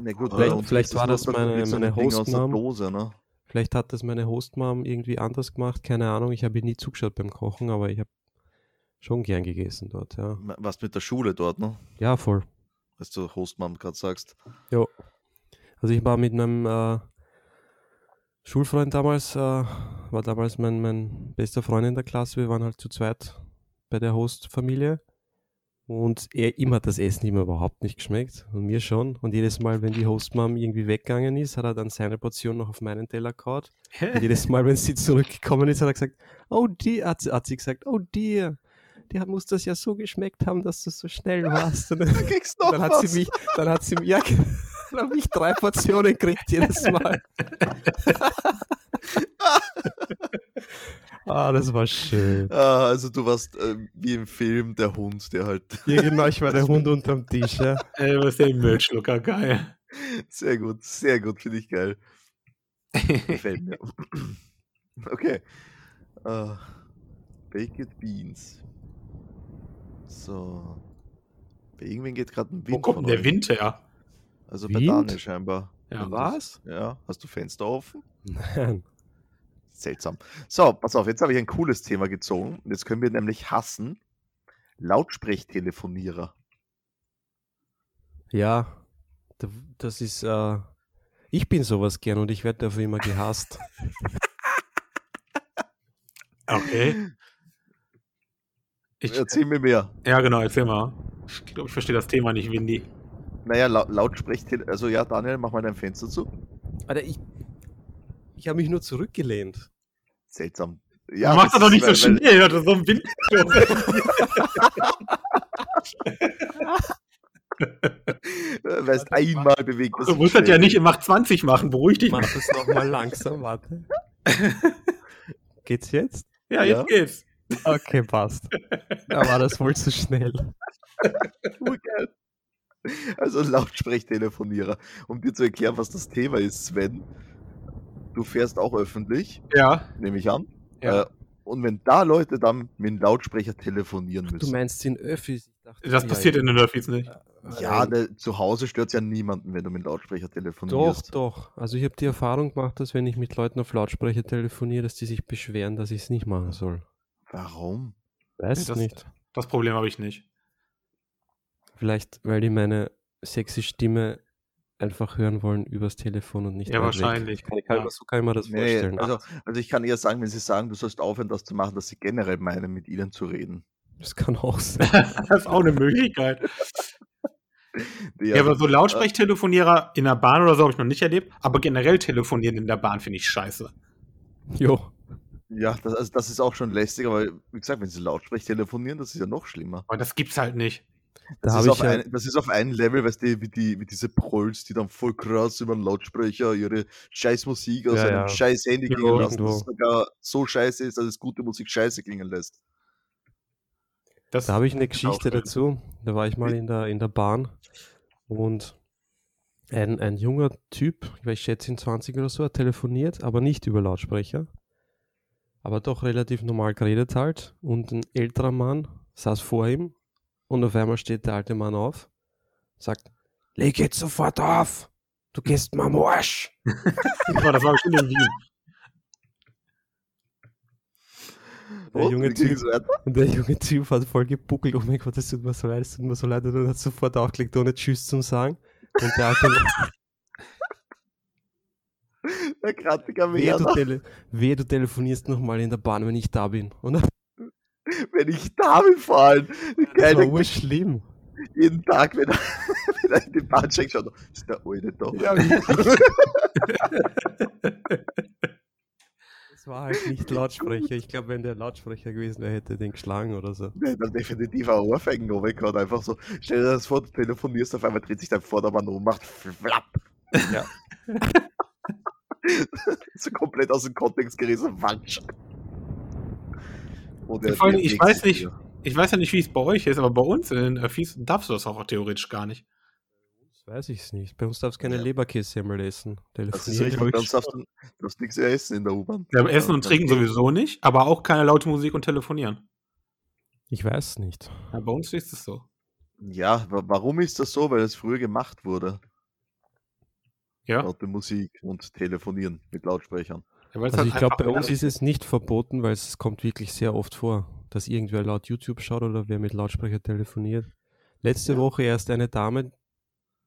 S1: na gut,
S3: Vielleicht-
S1: bei uns
S3: vielleicht
S1: ist
S3: war
S1: nur
S3: das
S1: so-
S3: meine-
S1: mit so
S3: meine
S1: einem Ding aus der
S3: Hostnamen.
S1: Dose, ne?
S3: Vielleicht hat das meine Hostmom irgendwie anders gemacht, keine Ahnung. Ich habe ihr nie zugeschaut beim Kochen, aber ich habe schon gern gegessen dort, ja.
S1: Was mit der Schule dort, ne?
S3: Ja, voll.
S1: Was du Hostmann gerade sagst.
S3: Jo. Also ich war mit meinem äh, Schulfreund damals, äh, war damals mein, mein bester Freund in der Klasse. Wir waren halt zu zweit bei der Hostfamilie. Und er, ihm hat das Essen immer überhaupt nicht geschmeckt und mir schon. Und jedes Mal, wenn die Hostmom irgendwie weggegangen ist, hat er dann seine Portion noch auf meinen Teller kaut. Und jedes Mal, wenn sie zurückgekommen ist, hat er gesagt, oh dear, hat, sie- hat sie gesagt, oh dear, der muss das ja so geschmeckt haben, dass du so schnell warst. Und dann,
S1: kriegst
S3: dann hat sie mich, dann hat sie mir, ja, genau, dann hab ich drei Portionen gekriegt jedes Mal. ah, das war schön.
S1: Ah, also du warst äh, wie im Film der Hund, der halt
S3: Ja, genau, ich war der Hund unterm Tisch. Ja.
S2: Ey, was ist der Müllschlucker? Geil.
S1: sehr gut, sehr gut, finde ich geil. Gefällt mir. Okay. Äh, Baked Beans. So. Bei irgendwen geht gerade ein Wind.
S2: Wo kommt denn
S1: von
S2: der
S1: euch.
S2: Wind her?
S1: Also bei
S3: Wind?
S1: Daniel scheinbar.
S2: Ja.
S1: Wenn du-
S3: Was?
S1: Ja, hast du Fenster offen?
S3: Nein.
S1: Seltsam. So, pass auf, jetzt habe ich ein cooles Thema gezogen. Jetzt können wir nämlich hassen. Lautsprechtelefonierer.
S3: Ja, da- das ist, äh, ich bin sowas gern und ich werde dafür immer gehasst.
S2: Okay. Ich,
S1: Erzähl mir mehr.
S2: ja, genau, erzähl mal. Ich glaube, ich verstehe das Thema nicht, Windy.
S1: Naja, lau Lautsprechtele... Also ja, Daniel, mach mal dein Fenster zu.
S3: Alter, ich, ich habe mich nur zurückgelehnt.
S1: Seltsam.
S2: Ja, Mach das doch nicht so
S1: weil- weil-
S2: schnell, das ist so ein Wind.
S1: Äh, Weißt einmal bewegt das
S2: Du musst das ja nicht im Mach 20 machen, beruhig dich
S3: Ich
S2: mal.
S3: mach das nochmal langsam, warte. Geht's jetzt?
S2: Ja, jetzt
S1: Ja.
S2: geht's.
S3: Okay, passt. Da war das wohl zu schnell.
S1: Also Lautsprechtelefonierer. Um dir zu erklären, was das Thema ist, Sven. Du fährst auch öffentlich,
S2: Ja.
S1: nehme ich an.
S2: Ja.
S1: Äh, und wenn da Leute dann mit dem Lautsprecher telefonieren
S3: Du
S1: müssen.
S3: meinst den Öffis? Ich dachte,
S2: Das
S3: ja,
S2: passiert
S3: ja. Äh,
S2: in den Nerfies nicht.
S1: ja, der, zu Hause stört ja niemanden, wenn du mit dem Lautsprecher
S3: Doch,
S1: telefonierst.
S3: doch. Also ich habe die Erfahrung gemacht, dass wenn ich mit Leuten auf Lautsprecher telefoniere, dass die sich beschweren, dass ich es nicht machen soll.
S1: Warum?
S3: Weiß
S2: Das-
S3: nicht.
S2: Das Problem habe ich nicht.
S3: Vielleicht, weil die meine sexy Stimme einfach hören wollen übers Telefon und nicht
S2: Ja,
S3: weit weg.
S2: wahrscheinlich.
S3: Ich Kann, ich kann,
S2: Ja.
S3: So kann ich mir das
S1: halt Nee,
S3: vorstellen.
S1: also, also ich kann eher sagen, wenn sie sagen, du sollst aufhören, das zu machen, dass sie generell meinen, mit ihnen zu reden.
S3: das kann auch sein.
S2: Das ist auch eine Möglichkeit.
S1: Die also,
S2: Ja, aber so Lautsprechtelefonierer in der Bahn oder so habe ich noch nicht erlebt. Aber generell telefonieren in der Bahn finde ich scheiße.
S3: Jo.
S1: Ja, das, also das ist auch schon lästig, aber wie gesagt, wenn sie lautsprech telefonieren, das ist ja noch schlimmer.
S2: Aber das gibt's halt nicht.
S3: Da
S1: Das,
S3: habe
S1: ist auf
S3: ich ja,
S1: ein, das ist auf einem Level, weißt du, wie, die, wie diese Prols, die dann voll krass über den Lautsprecher ihre scheiß Musik aus
S3: Ja,
S1: einem
S3: ja.
S1: scheiß Handy
S2: Ja,
S1: klingen lassen, dass es
S3: irgendwo.
S1: sogar so scheiße ist, dass es gute Musik scheiße klingen lässt.
S2: Das
S3: Da habe ich eine Geschichte
S2: schön.
S3: dazu. Da war ich mal in der, in der Bahn und ein, ein junger Typ, ich weiß, ich schätze ihn 20 oder so, hat telefoniert, aber nicht über Lautsprecher. Aber doch relativ normal geredet halt. Und ein älterer Mann saß vor ihm und auf einmal steht der alte Mann auf sagt, leg jetzt sofort auf, du gehst mal am Arsch.
S2: Oh, das war bestimmt in Wien.
S3: Der junge
S1: wie ging's
S3: Typ.
S1: weiter?
S3: Und der junge Typ hat voll gebuckelt, oh mein Gott, das tut mir so leid, das tut mir so leid. Und dann hat sofort aufgelegt, ohne Tschüss zum Sagen. Und der alte,
S1: Der Kratiker
S3: wehe, du
S1: Werner,
S3: tele wehe, du telefonierst nochmal in der Bahn, wenn ich da bin. Und das
S1: wenn ich da bin vor allem.
S3: war
S1: Keine,
S3: urschlimm.
S1: jeden Tag, wenn er, wenn er in die Bahn checkt, schaut er, ist der alte da.
S3: Das war halt nicht Lautsprecher. Ich glaube, wenn der Lautsprecher gewesen wäre, hätte er den geschlagen oder so.
S1: Der hat dann definitiv auch Ohrfeigen runtergehauen. Einfach so, stell dir das vor, du telefonierst, auf einmal dreht sich dein Vordermann um, macht flapp.
S3: Ja.
S1: so komplett aus dem Kontext gerissen, Watsch. Und er-
S2: Vor allem,
S1: er-
S2: ich weiß nicht. Ich weiß ja nicht, wie es bei euch ist, aber bei uns in den Öffis darfst du das auch theoretisch gar nicht.
S3: Weiß ich es nicht. Bei uns darfst du keine
S1: Ja.
S3: Leberkässemmel essen.
S1: Das ist
S3: Telefonieren
S1: richtig,
S3: ruhig.
S1: sonst darfst du, darfst nichts mehr essen in der U-Bahn.
S2: Ja, Essen und Trinken sowieso nicht, aber auch keine laute Musik und Telefonieren.
S3: Ich weiß es nicht.
S2: Ja, bei uns ist es so.
S1: Ja, wa- warum ist das so? Weil es früher gemacht wurde.
S2: Ja,
S1: Laute Musik und Telefonieren mit Lautsprechern.
S2: Ja, weil es
S3: Also
S2: halt
S3: ich glaube,
S2: einfach
S3: bei uns
S2: nervig
S3: ist es nicht verboten, weil es kommt wirklich sehr oft vor, dass irgendwer laut YouTube schaut oder wer mit Lautsprecher telefoniert. Letzte
S1: Ja.
S3: Woche erst eine Dame,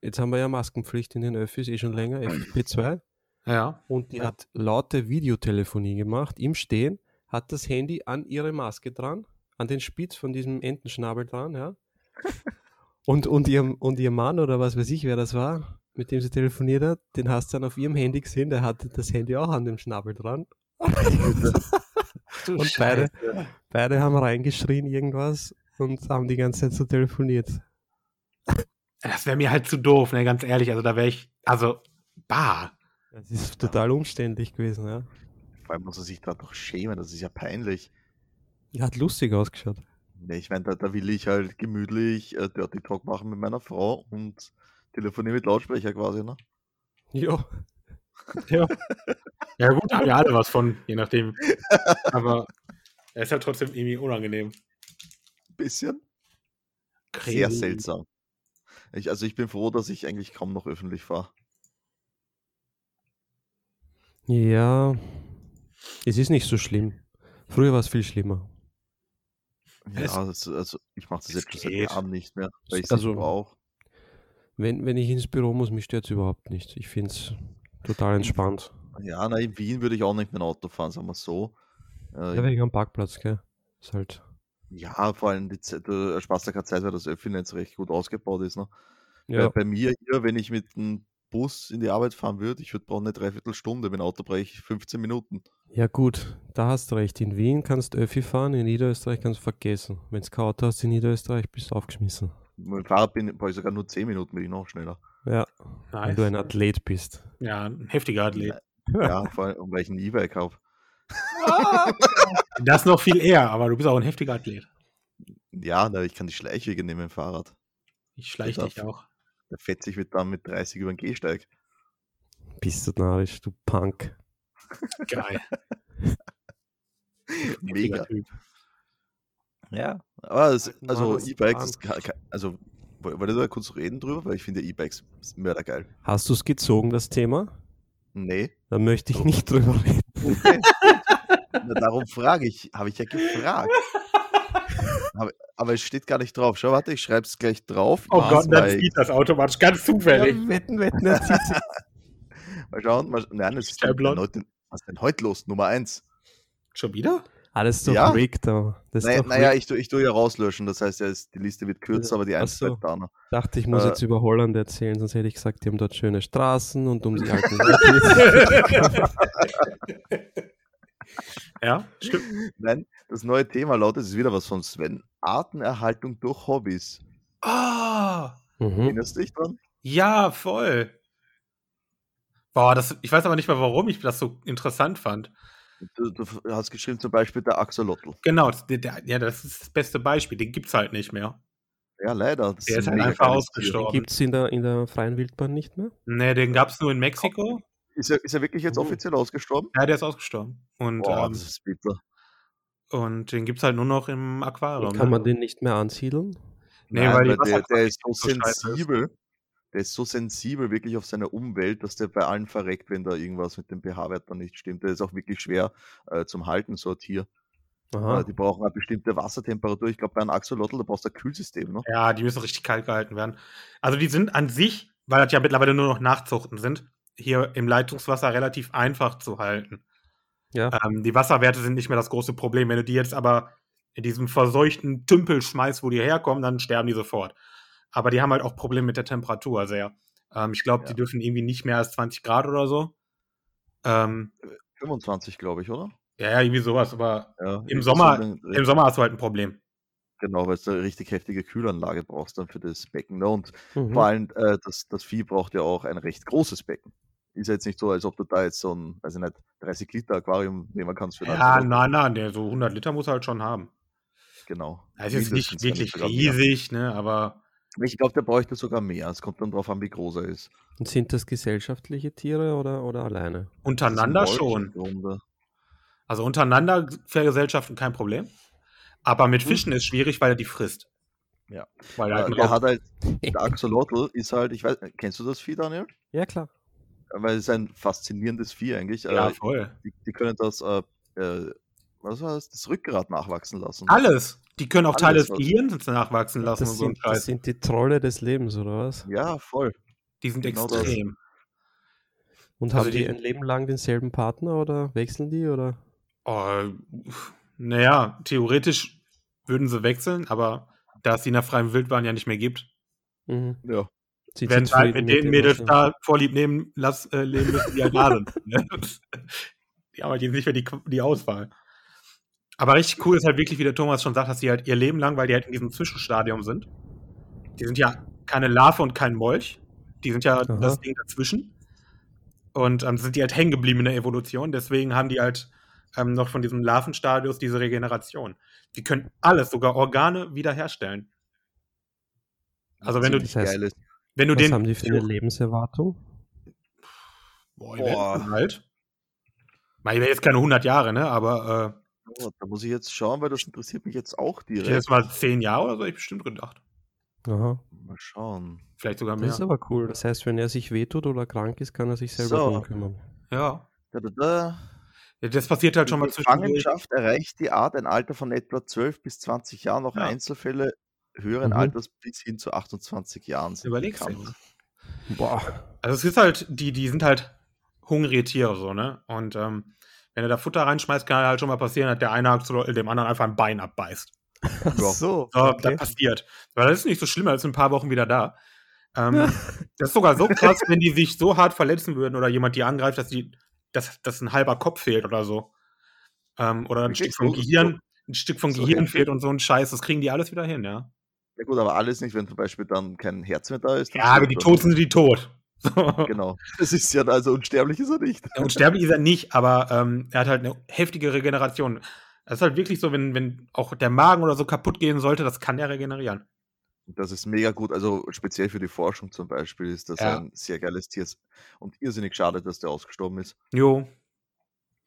S3: jetzt haben wir ja Maskenpflicht in den Öffis, eh schon länger, FFP2,
S2: Ja,
S3: und die hat laute Videotelefonie gemacht, im Stehen, hat das Handy an ihre Maske dran, an den Spitz von diesem Entenschnabel dran, ja. Und, und, ihr, und ihr Mann oder was weiß ich, wer das war, mit dem sie telefoniert hat, den hast du dann auf ihrem Handy gesehen, der hatte das Handy auch an dem Schnabel dran.
S2: du
S3: Und beide, beide haben reingeschrien irgendwas und haben die ganze Zeit so telefoniert.
S2: das wäre mir halt zu doof, ne, ganz ehrlich. Also da wäre ich, also, bah.
S3: Das ist total umständlich gewesen, ja.
S1: Vor allem muss er sich da doch schämen, das ist ja peinlich.
S3: Ja, Hat lustig ausgeschaut.
S1: Nee, ich meine, da, da will ich halt gemütlich äh, Dirty Talk machen mit meiner Frau und telefoniere mit Lautsprecher quasi, ne?
S3: Ja,
S2: Ja gut, da haben ja alle was von, je nachdem. Aber er ist halt trotzdem irgendwie unangenehm.
S1: Bisschen. Sehr seltsam. Ich, also ich bin froh, dass ich eigentlich kaum noch öffentlich fahre.
S3: Ja, es ist nicht so schlimm. Früher war es viel schlimmer.
S1: Ja,
S2: Es-
S1: also, also ich mache das
S2: es
S1: jetzt schon seit
S2: geht.
S1: Jahren nicht mehr, weil ich
S3: Also-
S1: also, auch.
S3: Wenn, wenn ich ins Büro muss, mich stört es überhaupt nicht. Ich finde es total entspannt.
S1: Ja, na, in Wien würde ich auch nicht mit dem Auto fahren, sagen wir so.
S3: Ja,
S1: Äh,
S3: wegen am Parkplatz, gell? Ist halt.
S1: ja, vor allem die Zeit, du sparst dir keine Zeit, weil das Öffinetz recht gut ausgebaut ist. Ne?
S3: Ja,
S1: Weil bei mir hier, wenn ich mit dem Bus in die Arbeit fahren würde, ich würde brauchen eine Dreiviertelstunde, mit dem Auto brauche ich 15 Minuten.
S3: ja, gut, da hast recht. In Wien kannst du Öffi fahren, in Niederösterreich kannst du vergessen. Wenn du kein Auto hast in Niederösterreich, bist du aufgeschmissen.
S1: Mit dem Fahrrad bin, brauche ich sogar nur 10 Minuten, bin ich noch schneller.
S3: Ja, wenn du ein
S2: Nice.
S3: Athlet bist.
S2: Ja, ein heftiger Athlet.
S1: Ja, vor allem, weil ich ein E-Bike habe.
S2: Das noch viel eher, aber du bist auch ein heftiger Athlet.
S1: Ja, na, ich kann die Schleichwege nehmen im Fahrrad.
S2: Ich schleiche
S1: Bedarf.
S2: dich auch.
S1: Da fetze ich mit dann mit 30 über den Gehsteig.
S3: Bist du narrisch, du Punk.
S2: Geil.
S1: Mega.
S2: Typ.
S1: Ja. Aber es,
S3: Alten
S1: also
S3: Mann ist
S1: E-Bikes,
S3: arm.
S1: ist ka- ka- also woll- wollt ihr da kurz reden drüber? Weil ich finde E-Bikes mördergeil.
S3: Hast du es gezogen, das Thema?
S1: Nee.
S3: Dann möchte ich
S1: Oh.
S3: nicht drüber reden.
S1: Okay. na, darum frage ich, habe ich ja gefragt. aber, aber es steht gar nicht drauf. Schau, warte, ich schreibe es gleich drauf.
S2: Oh Gott, dann
S1: E-Bike.
S2: sieht das automatisch ganz zufällig.
S3: wetten, wetten, er zieht sich.
S1: Mal schauen. Mal, sch- nein, es ist denn
S2: Tablet.
S1: heute, was ist denn heute los? Nummer 1.
S2: Schon wieder?
S3: Alles doch
S1: Ja.
S3: rigged, aber. Das ist
S1: Naja,
S3: doch
S1: naja
S3: rigged.
S1: ich, tu- ich tue ja rauslöschen. Das heißt, ja, es- die Liste wird kürzer, aber die 1
S3: Ach so.
S1: bleibt da. Ne?
S3: ich dachte, ich muss
S1: äh,
S3: jetzt über Holland erzählen, sonst hätte ich gesagt, die haben dort schöne Straßen und um die alten.
S2: ja, stimmt.
S1: Nein, das neue Thema lautet, es ist wieder was von Sven. Artenerhaltung durch Hobbys.
S2: Hm. Ah,
S3: mhm.
S1: Erinnerst du dich dran?
S2: ja, voll. Boah, das, ich weiß aber nicht mehr, warum ich das so interessant fand.
S1: Du, du hast geschrieben zum Beispiel der Axolotl.
S2: Genau, das, der, der, ja, das ist das beste Beispiel. Den gibt's halt nicht mehr.
S1: Ja, leider. Das
S2: Der ist
S1: ein mega
S2: halt einfach
S1: geiles Tier.
S2: ausgestorben.
S3: Gibt es in der, in der freien Wildbahn nicht mehr?
S2: Nee, den gab's nur in Mexiko.
S1: Ist er, ist er wirklich jetzt
S3: Mhm.
S1: offiziell ausgestorben?
S2: Ja, der ist ausgestorben. Oh. Und,
S1: Boah, das
S2: ähm,
S1: ist bitter.
S2: und den gibt's halt nur noch im Aquarium.
S3: Kann
S2: ne?
S3: man den nicht mehr ansiedeln?
S2: nee,
S1: Nein,
S2: weil die
S1: der, der
S2: Wasserqualität
S1: ist so
S2: so scheiße ist.
S1: sensibel. der ist so sensibel wirklich auf seine Umwelt, dass der bei allen verreckt, wenn da irgendwas mit dem pH-Wert dann nicht stimmt. Der ist auch wirklich schwer äh, zum Halten, so ein Tier.
S3: Aha.
S2: Ah,
S1: Äh, die brauchen eine bestimmte Wassertemperatur. Ich glaube, bei einem Axolotl, da brauchst du ein Kühlsystem, ne?
S2: Ja, die müssen richtig kalt gehalten werden. Also die sind an sich, weil das ja mittlerweile nur noch Nachzuchten sind, hier im Leitungswasser relativ einfach zu halten.
S3: Ja.
S2: Ähm, die Wasserwerte sind nicht mehr das große Problem. Wenn du die jetzt aber in diesem verseuchten Tümpel schmeißt, wo die herkommen, dann sterben die sofort. Aber die haben halt auch Probleme mit der Temperatur sehr. Ähm, ich glaube,
S1: Ja.
S2: die dürfen irgendwie nicht mehr als 20 Grad oder so. Ähm,
S1: 25, glaube ich, oder?
S2: ja, ja, irgendwie sowas. Aber
S1: Ja,
S2: Im
S1: ist
S2: Sommer-
S1: so ein-
S2: im Sommer hast du halt ein Problem.
S1: Genau, weil du eine richtig heftige Kühlanlage brauchst dann für das Becken. Ne? Und
S2: Ah,
S3: Mhm.
S1: vor allem, äh, das, das Vieh braucht ja auch ein recht großes Becken. Ist ja jetzt nicht so, als ob du da jetzt so ein, weiß ich nicht, 30 Liter Aquarium nehmen kannst für einen
S2: Ja,
S1: Axolotl.
S2: nein, nein, nee, so 100 Liter muss er halt schon haben.
S1: Genau.
S2: Das ist jetzt nicht
S1: Mindestens, wenn
S2: wirklich
S1: sogar mehr.
S2: riesig, ne, aber
S1: Ich glaube, der bräuchte sogar mehr. Es kommt dann drauf an, wie groß er ist.
S3: Und sind das gesellschaftliche Tiere oder, oder alleine?
S1: Das ist ein
S2: untereinander
S1: Wolf im
S2: schon.
S1: Grunde.
S2: Also untereinander Vergesellschaften kein Problem. Aber mit Fischen ist schwierig, weil er die frisst.
S1: Mhm. Ja.
S2: Weil er
S1: Ja,
S2: halt
S1: der
S2: drauf-
S1: hat halt, der Axolotl ist halt, ich weiß, kennst du das Vieh, Daniel?
S3: Ja, klar.
S1: Weil es ist ein faszinierendes Vieh eigentlich.
S2: ja,
S1: Äh,
S2: voll.
S1: die, die können das, äh, äh, was war das, das Rückgrat nachwachsen lassen.
S2: Alles. Die können auch
S1: Alles,
S2: Teile des
S1: was-
S2: Gehirns nachwachsen lassen und
S3: Das
S2: so ein
S3: sind, das
S2: Scheiß.
S3: sind die Trolle des Lebens, oder was?
S1: Ja, voll.
S2: Die sind
S1: genau das.
S2: extrem.
S3: Und
S2: Also
S3: haben die,
S2: die-
S3: ein Leben lang denselben Partner oder wechseln die? Oder?
S2: Oh, pf, naja, theoretisch würden sie wechseln, aber da es die in der freien Wildbahn ja nicht mehr gibt,
S3: Mhm.
S1: Ja.
S3: Sind sie
S2: wenn sie halt
S3: zufrieden
S2: mit den
S3: dem,
S2: Mädels
S3: was sie-
S2: da vorlieb nehmen, lass, äh, leben müssen, die halt da sind. ne? die haben halt jetzt nicht mehr die, Qu- die Auswahl. Aber richtig cool ist halt wirklich, wie der Thomas schon sagt, dass die halt ihr Leben lang, weil die halt in diesem Zwischenstadium sind, die sind ja keine Larve und kein Molch, die sind ja
S3: Aha.
S2: das Ding dazwischen. Und ähm, sind die halt hängen geblieben in der Evolution, deswegen haben die halt ähm, noch von diesem Larvenstadius diese Regeneration. Die können alles, sogar Organe, wiederherstellen. Also wenn du,
S1: Ziemlich
S3: Das heißt,
S1: geiles
S2: wenn du
S3: Was
S2: den
S3: haben die für eine Lebenserwartung?
S1: Boah.
S2: Boah, ihr werdet schon alt. Man, ihr werdet jetzt keine 100 Jahre, ne? Aber
S1: Oh, da muss ich jetzt schauen, weil das interessiert mich jetzt auch
S2: äh, ich hätte
S1: direkt.
S2: jetzt mal 10 Jahre oder so, hätte ich bestimmt gedacht.
S3: Aha.
S1: Mal schauen.
S2: Vielleicht sogar
S3: Das
S2: mehr.
S3: ist aber cool. Das heißt, wenn er sich wehtut oder krank ist, kann er sich selber
S1: So.
S3: drum kümmern.
S2: Ja.
S1: Da, da, da.
S2: Ja, Das passiert halt schon mal
S1: Die
S2: zwischendurch.
S1: Gefangenschaft erreicht die Art ein Alter von etwa 12 bis 20 Jahren, auch
S2: Ja.
S1: Einzelfälle höheren
S3: Mhm.
S1: Alters bis hin zu 28 Jahren sind
S2: Überleg's dir
S1: bekannt.
S2: mal.
S3: Boah.
S2: Also es ist halt, die, die sind halt hungrige Tiere so, ne? Und ähm, wenn du da Futter reinschmeißt, kann halt schon mal passieren, dass der eine Axolotl dem anderen einfach ein Bein abbeißt.
S1: Ja.
S3: so.
S2: So,
S3: okay.
S2: Das passiert. Aber das ist nicht so schlimm, als in ein paar Wochen wieder da. Ähm, das ist sogar so krass, wenn die sich so hart verletzen würden oder jemand die angreift, dass, die, dass, dass ein halber Kopf fehlt oder so. Ähm, oder ein
S1: Wirklich?
S2: Stück vom
S1: So-
S2: Gehirn, ein Stück vom
S1: so
S2: Gehirn
S1: heftig?
S2: fehlt und so ein Scheiß. Das kriegen die alles wieder hin, ja.
S1: Ja gut, aber alles nicht, wenn zum Beispiel dann kein Herz mehr da ist. dann
S2: Ja, aber die
S1: stirbt
S2: tot sind die tot. So.
S1: er. Genau. Das ist ja also unsterblich ist er nicht.
S2: Und sterblich ist er nicht, aber ähm, er hat halt eine heftige Regeneration. Das ist halt wirklich so, wenn, wenn auch der Magen oder so kaputt gehen sollte, das kann er regenerieren.
S1: Das ist mega gut. Also speziell für die Forschung zum Beispiel ist das
S2: Ja.
S1: ein sehr geiles Tier und irrsinnig schade, dass der ausgestorben ist.
S2: Jo.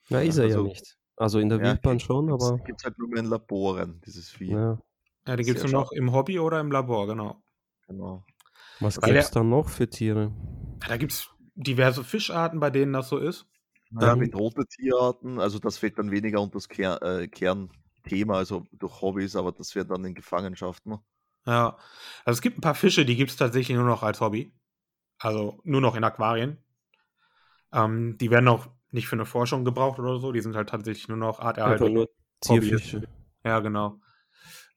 S3: Na, ist er
S1: Also-
S3: ja nicht. Also in der
S1: Ja,
S3: Wildbahn schon, aber.
S1: Es gibt halt nur mehr in Laboren, dieses Vieh.
S3: Ja.
S2: Ja, den gibt es
S1: Sehr
S2: nur noch im Hobby oder im Labor, genau.
S1: Genau.
S3: Was
S2: Weil
S3: gäbe es da noch für Tiere?
S2: Ja, Ah, Da gibt es diverse Fischarten, bei denen das so ist.
S1: Ja,
S2: Ähm,
S1: mit roten Tierarten, also das fällt dann weniger unter das Ker äh, Kernthema, also durch Hobbys, aber das wäre dann in Gefangenschaft. Ne?
S2: Ja. Also es gibt ein paar Fische, die gibt es tatsächlich nur noch als Hobby. Also nur noch in Aquarien. Ähm, die werden auch nicht für eine Forschung gebraucht oder so. Die sind halt tatsächlich nur noch
S3: Einfach
S1: also
S2: arterhaltung.
S3: nur Tierfische.
S2: Ja, genau.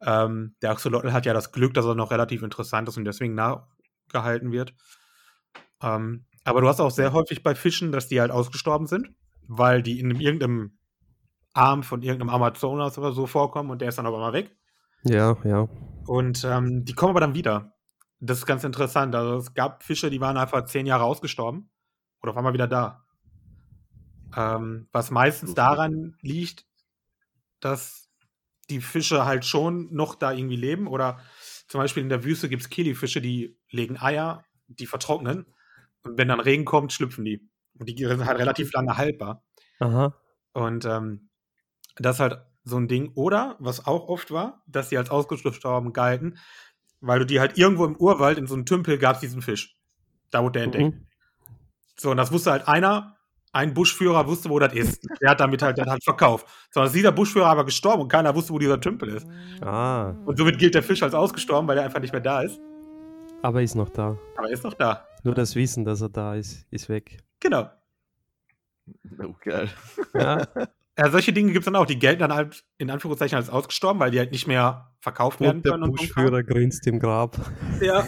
S2: Ähm, der Axolotl hat ja das Glück, dass er noch relativ interessant ist und deswegen nachgehalten wird. Ähm, aber du hast auch sehr häufig bei Fischen, dass die halt ausgestorben sind, weil die in irgendeinem Arm von irgendeinem Amazonas oder so vorkommen und der ist dann aber mal weg.
S3: Ja, ja.
S2: Und ähm, die kommen aber dann wieder. Das ist ganz interessant. Also es gab Fische, die waren einfach zehn Jahre ausgestorben oder auf einmal wieder da. Ähm, was meistens daran liegt, dass die Fische halt schon noch da irgendwie leben. Oder zum Beispiel in der Wüste gibt es Kilifische, die legen Eier, die vertrocknen. Und wenn dann Regen kommt, schlüpfen die. Und die sind halt relativ lange haltbar.
S3: Aha.
S2: Und ähm, das ist halt so ein Ding. Oder, was auch oft war, dass sie als ausgestorben galten, weil du die halt irgendwo im Urwald in so einem Tümpel gab's diesen Fisch. Da wurde der entdeckt.
S3: Mhm.
S2: So, und das wusste halt einer, ein Buschführer wusste, wo das ist. Der hat damit halt, das halt verkauft. Sondern dieser Buschführer aber gestorben und keiner wusste, wo dieser Tümpel ist.
S3: Ah,
S2: Und somit gilt der Fisch als ausgestorben, weil er einfach nicht mehr da ist.
S3: aber ist noch da.
S2: Aber er ist noch da.
S3: Nur das Wissen, dass er da ist, ist weg.
S2: Genau.
S1: Oh, geil.
S3: Ja,
S2: Ja, solche Dinge gibt es dann auch. Die gelten dann halt in Anführungszeichen als ausgestorben, weil die halt nicht mehr verkauft werden
S3: und der
S2: können. so ein Kram.
S3: Buschführer grinst im Grab.
S2: Ja.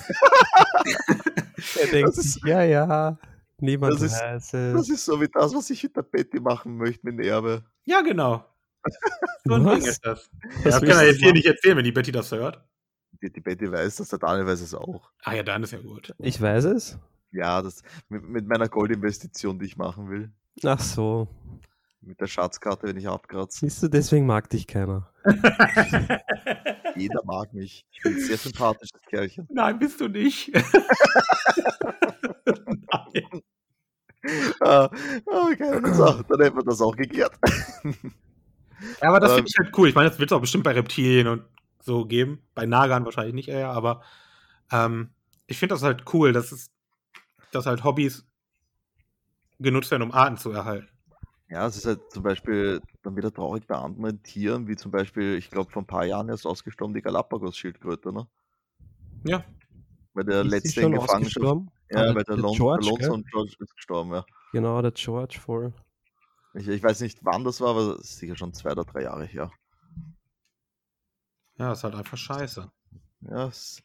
S3: Er denkt
S1: Das ist-
S3: sich, ja, ja, niemand
S1: Das ist-
S3: weiß
S1: Das
S3: es.
S1: ist so wie das, was ich hinter Betty machen möchte mit Erbe.
S2: ja, genau. So ein Ding
S3: Was?
S2: ist das. Ja,
S3: Was
S2: das kann er
S3: willst du
S2: jetzt hier
S3: machen?
S2: nicht erzählen, wenn die Betty das hört.
S1: Die, die Betty weiß das, der Daniel weiß es auch.
S2: Ah ja, dann ist ja gut.
S3: Ich weiß es.
S1: Ja, das mit, mit meiner Goldinvestition, die ich machen will.
S3: Ach so.
S1: Mit der Schatzkarte, wenn ich abkratze.
S3: Siehst du, deswegen mag dich keiner.
S1: Jeder mag mich. Ich bin ein sehr sympathisches Kerlchen.
S2: Nein, bist du nicht. Nein.
S1: Ah, ah, geil. So, dann hätten wir das auch geklärt.
S2: Ja, aber das
S1: Ähm.
S2: finde ich halt cool. Ich meine, das wird es auch bestimmt bei Reptilien und so geben. Bei Nagern wahrscheinlich nicht eher, aber ähm, ich finde das halt cool, dass, es, dass halt Hobbys genutzt werden, um Arten zu erhalten.
S1: Ja, es ist halt zum Beispiel dann wieder traurig bei anderen Tieren, wie zum Beispiel, ich glaube, vor ein paar Jahren erst ausgestorben die Galapagos-Schildkröte, ne?
S2: Ja.
S1: Weil der
S3: Ist sie
S1: Äh, letzte in Gefangenschaft.
S3: ausgestorben?
S1: Ja,
S3: Ah,
S1: weil der,
S3: der
S1: Lon
S3: George,
S1: der Lonzo
S3: gell?
S1: und George ist gestorben, ja.
S3: Genau, der George voll.
S1: Ich, ich weiß nicht, wann das war, aber das ist sicher schon zwei oder drei Jahre her.
S2: Ja, ist halt einfach scheiße.
S1: Ja, es-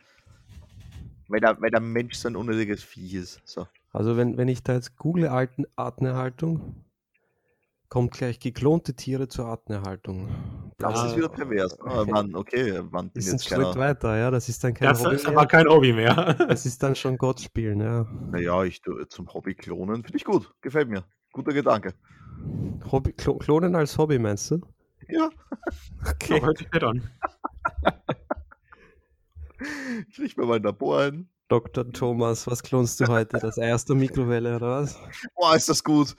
S1: weil, der, weil der Mensch so ein unnötiges Vieh ist. So.
S3: Also wenn, wenn ich da jetzt google Arten, Artenerhaltung, kommt gleich geklonte Tiere zur Artenerhaltung.
S1: Das
S3: Bla-
S1: ist wieder pervers. Ah, Mann, okay, Mann, bin
S3: Ist ein
S1: jetzt genau.
S3: Schritt
S1: keiner.
S3: weiter, ja. Das ist dann kein
S2: das
S3: Hobby
S2: ist
S3: mehr.
S2: aber kein Hobby mehr.
S3: Das ist dann schon Gott spielen, ja.
S1: Naja, ich tu- zum Hobby klonen finde ich gut. Gefällt mir. Guter Gedanke.
S3: Hobby, Klo- Klonen als Hobby meinst du?
S1: Ja,
S2: Okay. Hört sich nett an.
S1: ich richte mir mal ein Labor ein.
S3: Dr. Thomas, was klonst du heute? Das Ei aus der Mikrowelle oder was?
S1: Boah, ist das gut.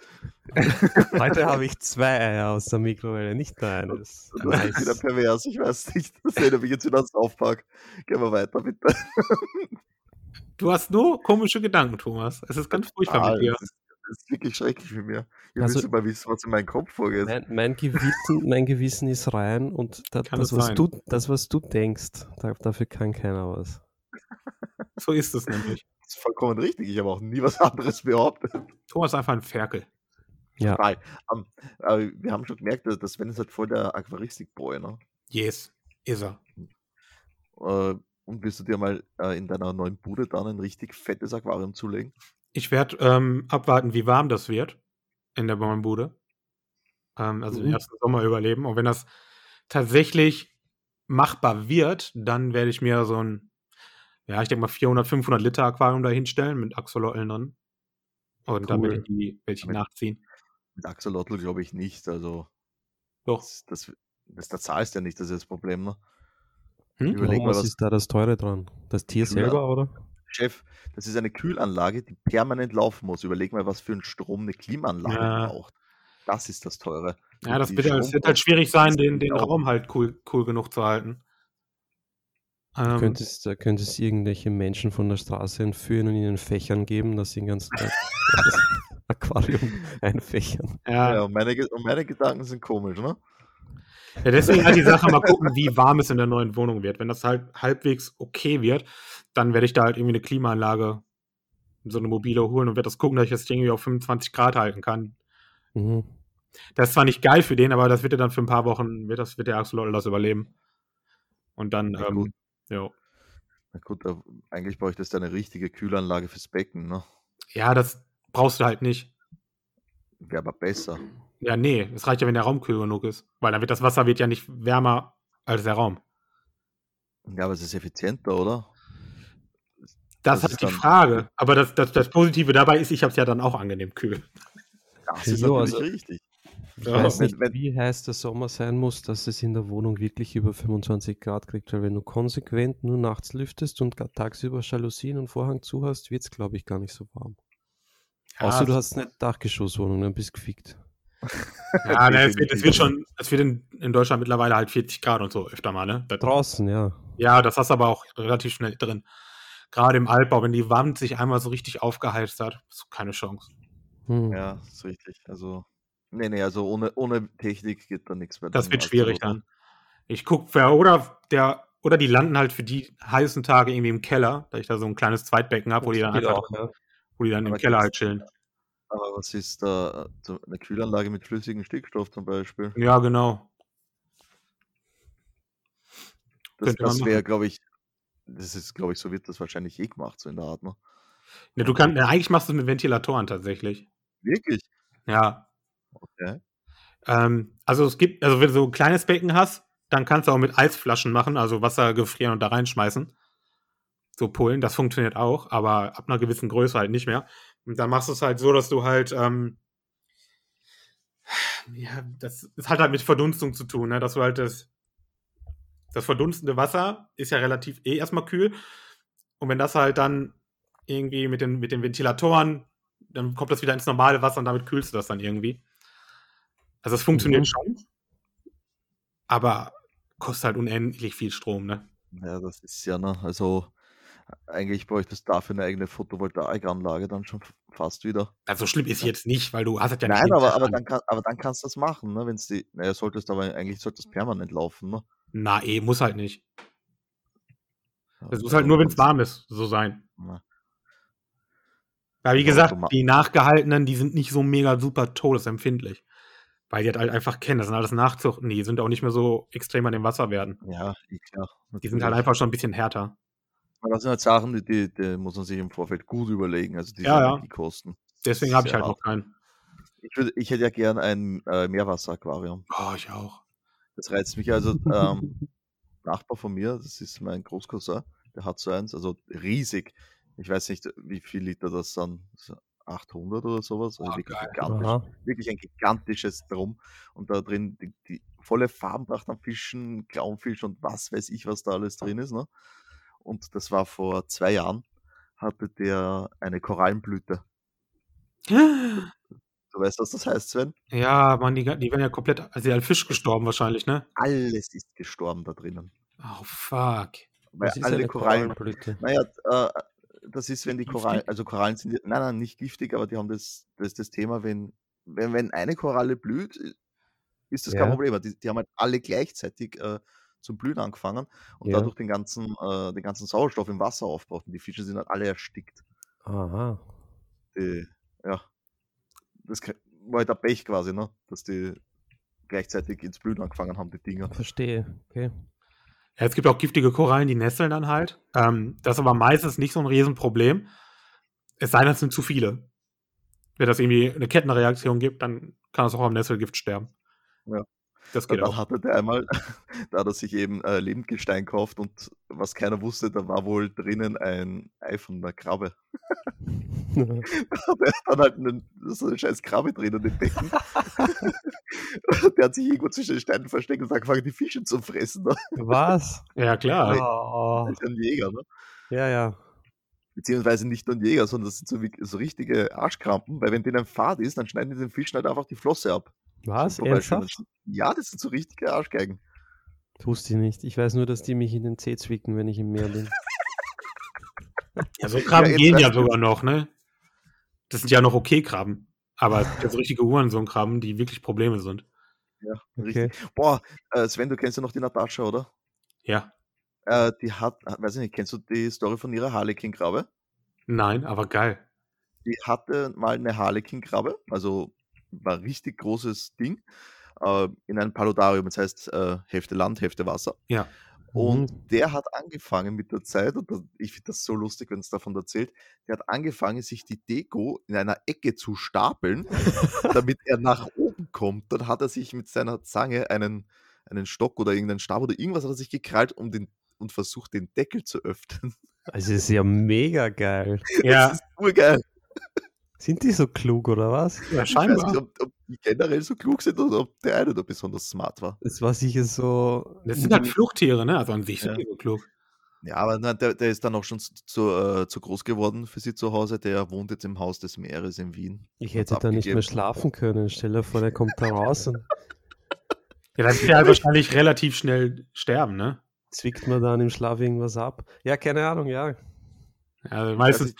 S3: Heute habe ich zwei Eier aus der Mikrowelle, nicht nur eines.
S1: Und Das ist wieder pervers. Ich weiß nicht. Das erinnert mich jetzt wieder ans Aufpack. Gehen wir weiter, bitte.
S2: Du hast nur komische Gedanken, Thomas. Es ist ganz furchtbar
S1: Ah,
S2: mit dir.
S1: das, ist, das ist wirklich schrecklich für mich. Ihr
S3: Also-
S1: müsst mal wissen, was in meinem Kopf vorgeht.
S3: Mein, mein, Gewissen, mein Gewissen ist rein und da,
S2: Kann
S3: das,
S2: es
S3: was
S2: sein.
S3: du, das, was du denkst, da, dafür kann keiner was.
S2: So ist es nämlich.
S1: Das ist vollkommen richtig. Ich habe auch nie was anderes behauptet.
S2: Thomas ist einfach ein Ferkel.
S3: Ja,
S1: Total. Ähm, aber wir haben schon gemerkt, dass dass Sven ist halt voll der Aquaristik-Boy, ne?
S2: Yes, ist er.
S1: Äh, und willst du dir mal äh, in deiner neuen Bude dann ein richtig fettes Aquarium zulegen?
S2: Ich werde ähm, abwarten, wie warm das wird in der Bauernbude. Ähm, also den
S3: Mhm.
S2: ersten Sommer überleben. Und wenn das tatsächlich machbar wird, dann werde ich mir so ein, ja, ich denke mal 400, 500 Liter Aquarium da hinstellen mit Axolotln drin. Und dann werde
S3: Cool.
S2: ich die, werde ich die
S1: Damit-
S2: nachziehen.
S1: Mit Axolotl glaube ich nicht. Also,
S2: Doch.
S1: das, das, das, da zahlst du ja nicht, das ist das Problem, ne?
S2: Hm?
S1: Überleg
S3: Warum,
S1: mal,
S3: was,
S1: was-
S3: ist da das Teure dran? Das Tier
S1: Kühler.
S3: selber, oder?
S1: Chef, das ist eine Kühlanlage, die permanent laufen muss. Überleg mal, was für einen Strom eine Klimaanlage
S2: Ja.
S1: braucht. Das ist das Teure.
S2: Ja, das
S1: Die
S2: wird, das wird
S1: Stromkosten-
S2: halt schwierig sein, den,
S1: sind
S2: den
S1: auch-
S2: Raum halt cool, cool genug zu halten. Ähm,
S3: Könntest, da könntest irgendwelche Menschen von der Straße entführen und ihnen Fächern geben, dass sie den ganzen Tag das Aquarium einfächern.
S2: ja,
S1: Ja, und meine, Ge- und meine Gedanken sind komisch, ne?
S2: Ja, deswegen halt die Sache mal gucken, wie warm es in der neuen Wohnung wird. Wenn das halt halbwegs okay wird, dann werde ich da halt irgendwie eine Klimaanlage, so eine mobile holen und werde das gucken, dass ich das Ding irgendwie auf 25 Grad halten kann.
S3: Mhm.
S2: Das ist zwar nicht geil für den, aber das wird er dann für ein paar Wochen, wird, das, wird der Axolotl das überleben. Und dann,
S1: Ja, gut.
S2: ähm, ja.
S1: Na gut, da- eigentlich bräuchtest du eine richtige Kühlanlage fürs Becken, ne?
S2: ja, das brauchst du halt nicht.
S1: Wäre aber besser.
S2: Ja, nee, es reicht ja, wenn der Raum kühl genug ist. Weil dann wird das Wasser wird ja nicht wärmer als der Raum.
S1: Ja, aber es ist effizienter, oder?
S2: Das,
S1: Das ist
S2: ist halt die
S1: dann-
S2: Frage. Aber das, das, das Positive dabei ist, ich habe es ja dann auch angenehm kühl.
S1: Das
S3: Ja,
S1: ist
S3: jo,
S1: natürlich
S3: also-
S1: richtig.
S3: Ich
S2: Ja.
S3: weiß
S1: Wenn-
S3: nicht,
S1: wenn-
S3: wie heiß der Sommer sein muss, dass es in der Wohnung wirklich über 25 Grad kriegt, weil wenn du konsequent nur nachts lüftest und grad tagsüber Jalousien und Vorhang zu hast, wird es, glaube ich, gar nicht so warm.
S2: Ja,
S3: Außer du
S2: das-
S3: hast eine Dachgeschosswohnung, dann bist du gefickt.
S2: Ja, ne, es, wird,
S1: Definitiv.
S2: es wird schon, es wird in, in Deutschland mittlerweile halt 40 Grad und so öfter mal, ne? Das,
S3: Draußen, ja.
S2: ja, das hast du aber auch relativ schnell drin. Gerade im Altbau, wenn die Wand sich einmal so richtig aufgeheizt hat, hast du keine Chance.
S3: Hm.
S1: Ja,
S2: Mhm.
S1: ist richtig. Also, nee, nee, also ohne, ohne Technik geht da nichts mehr.
S2: Das
S1: dran,
S2: wird
S1: also,
S2: schwierig dann. Ich gucke, oder der, oder die landen halt für die heißen Tage irgendwie im Keller, da ich da so ein kleines Zweitbecken habe, wo die dann
S3: Geht
S2: einfach,
S3: auch, ne? ja.
S2: wo die dann im
S1: Aber
S2: Keller
S1: gibt's-
S2: halt chillen.
S1: Aber was ist da äh, so eine Kühlanlage mit flüssigem Stickstoff zum Beispiel?
S2: Ja, genau.
S1: Das,
S2: Könnte man
S1: das wäre, glaube ich, das ist, glaube ich, so wird das wahrscheinlich eh gemacht, so in der Art. Ne?
S2: Ja, du kannst, ja, eigentlich machst du es mit Ventilatoren tatsächlich.
S1: Wirklich?
S2: Ja.
S1: Okay.
S2: Ähm, also es gibt, also wenn du so ein kleines Becken hast, dann kannst du auch mit Eisflaschen machen, also Wasser gefrieren und da reinschmeißen. So Pullen, das funktioniert auch, aber ab einer gewissen Größe halt nicht mehr. Und dann machst du es halt so, dass du halt, ähm, ja, das, das hat halt mit Verdunstung zu tun, ne? dass du halt das, das verdunstende Wasser ist ja relativ eh erstmal kühl. Und wenn das halt dann irgendwie mit den, mit den Ventilatoren, dann kommt das wieder ins normale Wasser und damit kühlst du das dann irgendwie. Also es funktioniert
S3: Mhm.
S2: schon. Aber kostet halt unendlich viel Strom, ne?
S1: Ja, das ist ja, ne? Also, eigentlich bräuchte es dafür eine eigene Photovoltaikanlage dann schon f- fast wieder.
S2: Also schlimm ist jetzt nicht, weil du hast es ja nicht.
S1: Nein,
S2: jeden
S1: aber,
S2: Tag
S1: aber,
S2: an.
S1: dann kann, aber dann kannst du das machen, ne? Wenn's die, naja, solltest aber eigentlich sollte es permanent laufen, ne?
S2: Na, eh, muss halt nicht. Es muss
S1: Also,
S2: halt nur, wenn es
S1: wenn's-
S2: warm ist, so sein.
S1: Na.
S2: Weil, wie
S1: Ja,
S2: gesagt,
S1: automa-
S2: die nachgehaltenen, die sind nicht so mega super todesempfindlich. Weil die halt einfach kennen, das sind alles Nachzuchten, die sind auch nicht mehr so extrem an den Wasserwerten.
S1: Ja, eh klar.
S2: Die sind halt
S1: natürlich.
S2: einfach schon ein bisschen härter.
S1: Aber das sind halt Sachen, die, die, die muss man sich im Vorfeld gut überlegen, also diese
S2: Ja, ja.
S1: Energiekosten.
S2: Deswegen habe ich
S1: Sehr
S2: halt noch
S1: hart.
S2: keinen.
S1: Ich, würde, ich hätte ja gern ein äh, Meerwasseraquarium.
S2: Oh, ich auch.
S1: Das reizt mich also. Ähm, Nachbar von mir, das ist mein Großcousin, der hat so eins, also riesig. Ich weiß nicht, wie viel Liter das sind. So 800 oder sowas. Also
S2: Ah,
S1: wirklich,
S2: geil.
S1: gigantisch,
S3: Aha.
S1: wirklich ein gigantisches Drum. Und da drin die, die volle Farbenpracht an Fischen, Clownfisch und was weiß ich, was da alles drin ist. Ne? Und das war vor zwei Jahren, hatte der eine Korallenblüte. Du weißt, was das heißt, Sven?
S2: Ja, Mann, die, die werden ja komplett, also die haben Fisch gestorben wahrscheinlich, ne?
S1: Alles ist gestorben da drinnen.
S2: Oh, fuck.
S1: Weil
S3: Das ist
S1: alle
S3: eine
S1: Korallen
S3: Korallenblüte.
S1: Naja, äh, das ist, wenn die
S2: Giftig?
S1: Korallen, also Korallen sind, nein, nein, nicht giftig, aber die haben das, das ist das Thema, wenn, wenn, wenn eine Koralle blüht, ist das kein
S3: Ja.
S1: Problem. Die, die haben halt alle gleichzeitig äh, zum Blühen angefangen und
S3: Ja.
S1: dadurch den ganzen, äh, den ganzen Sauerstoff im Wasser aufbraucht und die Fische sind halt alle erstickt.
S3: Aha.
S1: Die, ja, das k- war halt der Pech quasi, ne? dass die gleichzeitig ins Blühen angefangen haben, die Dinger.
S3: Verstehe. Okay.
S2: Ja, es gibt auch giftige Korallen, die nesteln dann halt. Ähm, das ist aber meistens nicht so ein Riesenproblem. Es sei denn, es sind zu viele. Wenn das irgendwie eine Kettenreaktion gibt, dann kann es auch am Nesselgift sterben.
S1: Ja.
S2: Das
S1: Und
S2: geht
S3: Genau.
S1: dann
S2: auch.
S1: hatte der einmal, da hat er sich eben äh, Lebendgestein gekauft und was keiner wusste, da war wohl drinnen ein Ei von einer Krabbe. Der hat dann halt einen, so eine scheiß Krabbe drinnen im Becken. der hat sich irgendwo zwischen den Steinen versteckt und angefangen, die Fische zu fressen. Ne?
S3: Was?
S2: Ja, klar.
S3: Oh.
S1: Das ist ein Jäger, ne?
S3: Ja, ja.
S1: Beziehungsweise nicht nur ein Jäger, sondern das sind so, wie- so richtige Arschkrampen, weil wenn denen ein Pfad ist, dann schneiden die den Fischen halt einfach die Flosse ab.
S3: Was?
S1: Zum Beispiel.
S3: Ernsthaft?
S1: Ja, das sind so richtige Arschgeigen.
S3: Tust die nicht. Ich weiß nur, dass die mich in den Zeh zwicken, wenn ich im Meer bin.
S2: Ja, so Krabben
S1: jetzt
S2: gehen
S1: weißt
S2: ja
S1: du-
S2: sogar noch, ne? Das sind ja noch okay Krabben. Aber es sind ja so richtige Uhrensohn-Krabben, die wirklich Probleme sind.
S1: Ja,
S3: Okay.
S1: richtig. Boah, äh, Sven, du kennst ja noch die Natascha, oder?
S2: Ja.
S1: Äh, die hat, weiß ich nicht, kennst du die Story von ihrer Harlequin-Krabbe?
S2: Nein, aber geil.
S1: Die hatte mal eine Harlequin-Krabbe, also war ein richtig großes Ding, äh, in einem Paludarium, das heißt äh, Hälfte Land, Hälfte Wasser.
S2: Ja.
S1: Und der hat angefangen mit der Zeit, und das, ich finde das so lustig, wenn es davon erzählt, der hat angefangen, sich die Deko in einer Ecke zu stapeln, damit er nach oben kommt. Dann hat er sich mit seiner Zange einen, einen Stock oder irgendeinen Stab oder irgendwas hat er sich gekrallt, um den und versucht, den Deckel zu öffnen.
S3: Es Also, ist ja mega geil.
S2: Ja,
S1: Das ist urgeil.
S3: Sind die so klug oder was?
S2: ja
S1: Ich weiß nicht,
S2: scheinbar.
S1: ob, ob die generell so klug sind oder ob der eine da besonders smart war.
S3: Es war sicher so.
S2: Das sind halt Fluchttiere, ne? Also an sich sind
S1: Mhm. Ja.
S2: die so klug.
S1: Ja, aber na, der, der ist dann auch schon zu, zu, äh, zu groß geworden für sie zu Hause. Der wohnt jetzt im Haus des Meeres in Wien.
S3: Ich hätte da nicht mehr
S1: abgegeben.
S3: schlafen können. Stell dir vor, der kommt da raus und
S2: Ja, dann wird er halt wahrscheinlich relativ schnell sterben, ne?
S3: zwickt mir dann im Schlaf irgendwas ab. Ja, keine Ahnung, ja.
S2: Also meistens,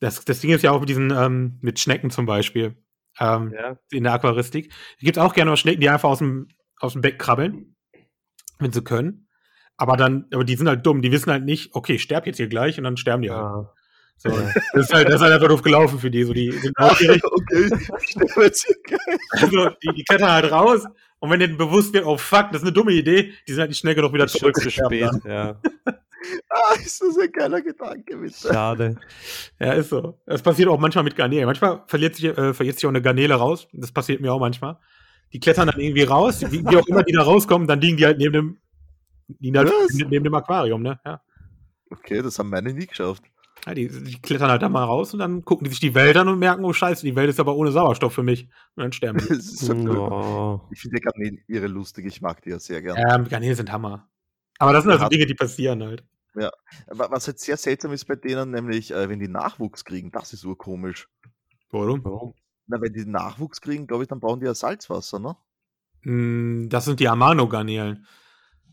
S2: das, das Ding ist ja auch mit diesen, ähm, mit Schnecken zum Beispiel. Ähm,
S3: Ja.
S2: in der Aquaristik. Es gibt auch gerne mal Schnecken, die einfach aus dem, aus dem Beck krabbeln, wenn sie können. Aber dann, aber die sind halt dumm, die wissen halt nicht, okay, ich sterb jetzt hier gleich und dann sterben die halt.
S3: Ah, Ja.
S2: So, das, ist halt das ist halt einfach doof gelaufen für die. So, die sind neugierig,
S1: okay, ich sterbe jetzt hier.
S2: also, die, die klettern halt raus und wenn denen bewusst wird, oh fuck, das ist eine dumme Idee, die sind halt die Schnecke doch wieder
S3: Ist schon
S2: zurück.
S3: zu spät. Ja.
S1: Ah, ist das ein geiler Gedanke, bitte.
S3: Schade.
S2: Ja, ist so. Das passiert auch manchmal mit Garnelen. Manchmal verliert sich, äh, verliert sich auch eine Garnele raus. Das passiert mir auch manchmal. Die klettern dann irgendwie raus, wie, wie auch immer die da rauskommen, dann liegen die halt neben dem, liegen halt
S1: Was?
S2: neben, neben dem Aquarium, ne? Ja.
S1: Okay, das haben meine nie geschafft.
S2: ja die, die klettern halt da mal raus und dann gucken die sich die Welt an und merken, oh scheiße, die Welt ist aber ohne Sauerstoff für mich. Und dann sterben die.
S1: Das ist so cool.
S3: Oh.
S1: Ich finde ja Garnelen irre lustig, ich mag die ja sehr gern.
S2: ähm, Garnelen sind Hammer. Aber das sind also
S1: Ja.
S2: Dinge, die passieren halt.
S1: Wa- Was jetzt sehr seltsam ist bei denen, nämlich, äh, wenn die Nachwuchs kriegen, das ist urkomisch.
S2: Warum?
S1: Na, wenn die Nachwuchs kriegen, glaube ich, dann brauchen die ja Salzwasser, ne?
S2: Mm, Das sind die Amano-Garnelen.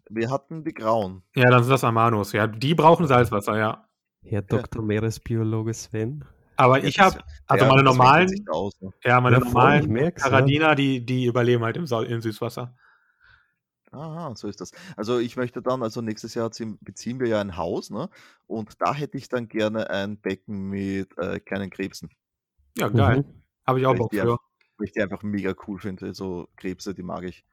S1: Wir hatten die Grauen.
S2: Ja, dann sind das Amanos. Ja, die brauchen Salzwasser, ja.
S3: Herr Dr. Meeresbiologe Sven.
S2: Aber
S1: Ja,
S2: ich
S1: das-
S2: habe, also
S1: Ja,
S2: meine
S1: das
S2: normalen,
S1: wechselt sich da aus, ne?
S2: Ja, meine
S3: Ja, voll, ich
S2: normalen
S3: merk's, ja.
S2: Karadiner, die, die überleben halt im, Sau im Süßwasser.
S1: Aha, so ist das. Also ich möchte dann, also nächstes Jahr ziehen- beziehen wir ja ein Haus, ne? Und da hätte ich dann gerne ein Becken mit äh, kleinen Krebsen.
S2: Ja, geil.
S3: Mhm.
S2: Habe ich auch
S1: Richtig,
S2: Bock
S1: ja.
S2: für.
S1: Weil ich die einfach mega cool finde. So Krebse, die mag ich.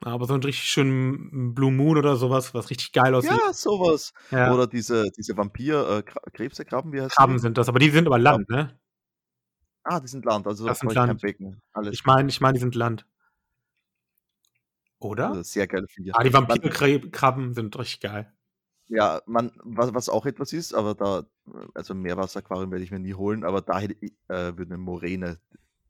S2: Aber so einen richtig schönen Blue Moon oder sowas, was richtig geil aussieht.
S1: Ja, sowas.
S2: Ja,
S1: Oder diese, diese Vampir, äh, Kra- Krebse, Krabben, wie heißt
S2: Krabben
S1: die?
S2: sind das, aber die sind über Land, ne?
S1: Ah, die sind Land, also da
S2: Das sind
S1: brauche ich kein
S2: Land.
S1: Becken. Alles
S2: Ich meine, ich meine, die sind Land. Oder?
S1: also sehr geile Viecher.
S2: Ah, die Vampirkrabben sind richtig geil.
S1: Ja, man, was, was auch etwas ist, aber da, äh, also ein Meerwasseraquarium werde ich mir nie holen, aber da hätte ich, äh, würde eine Moräne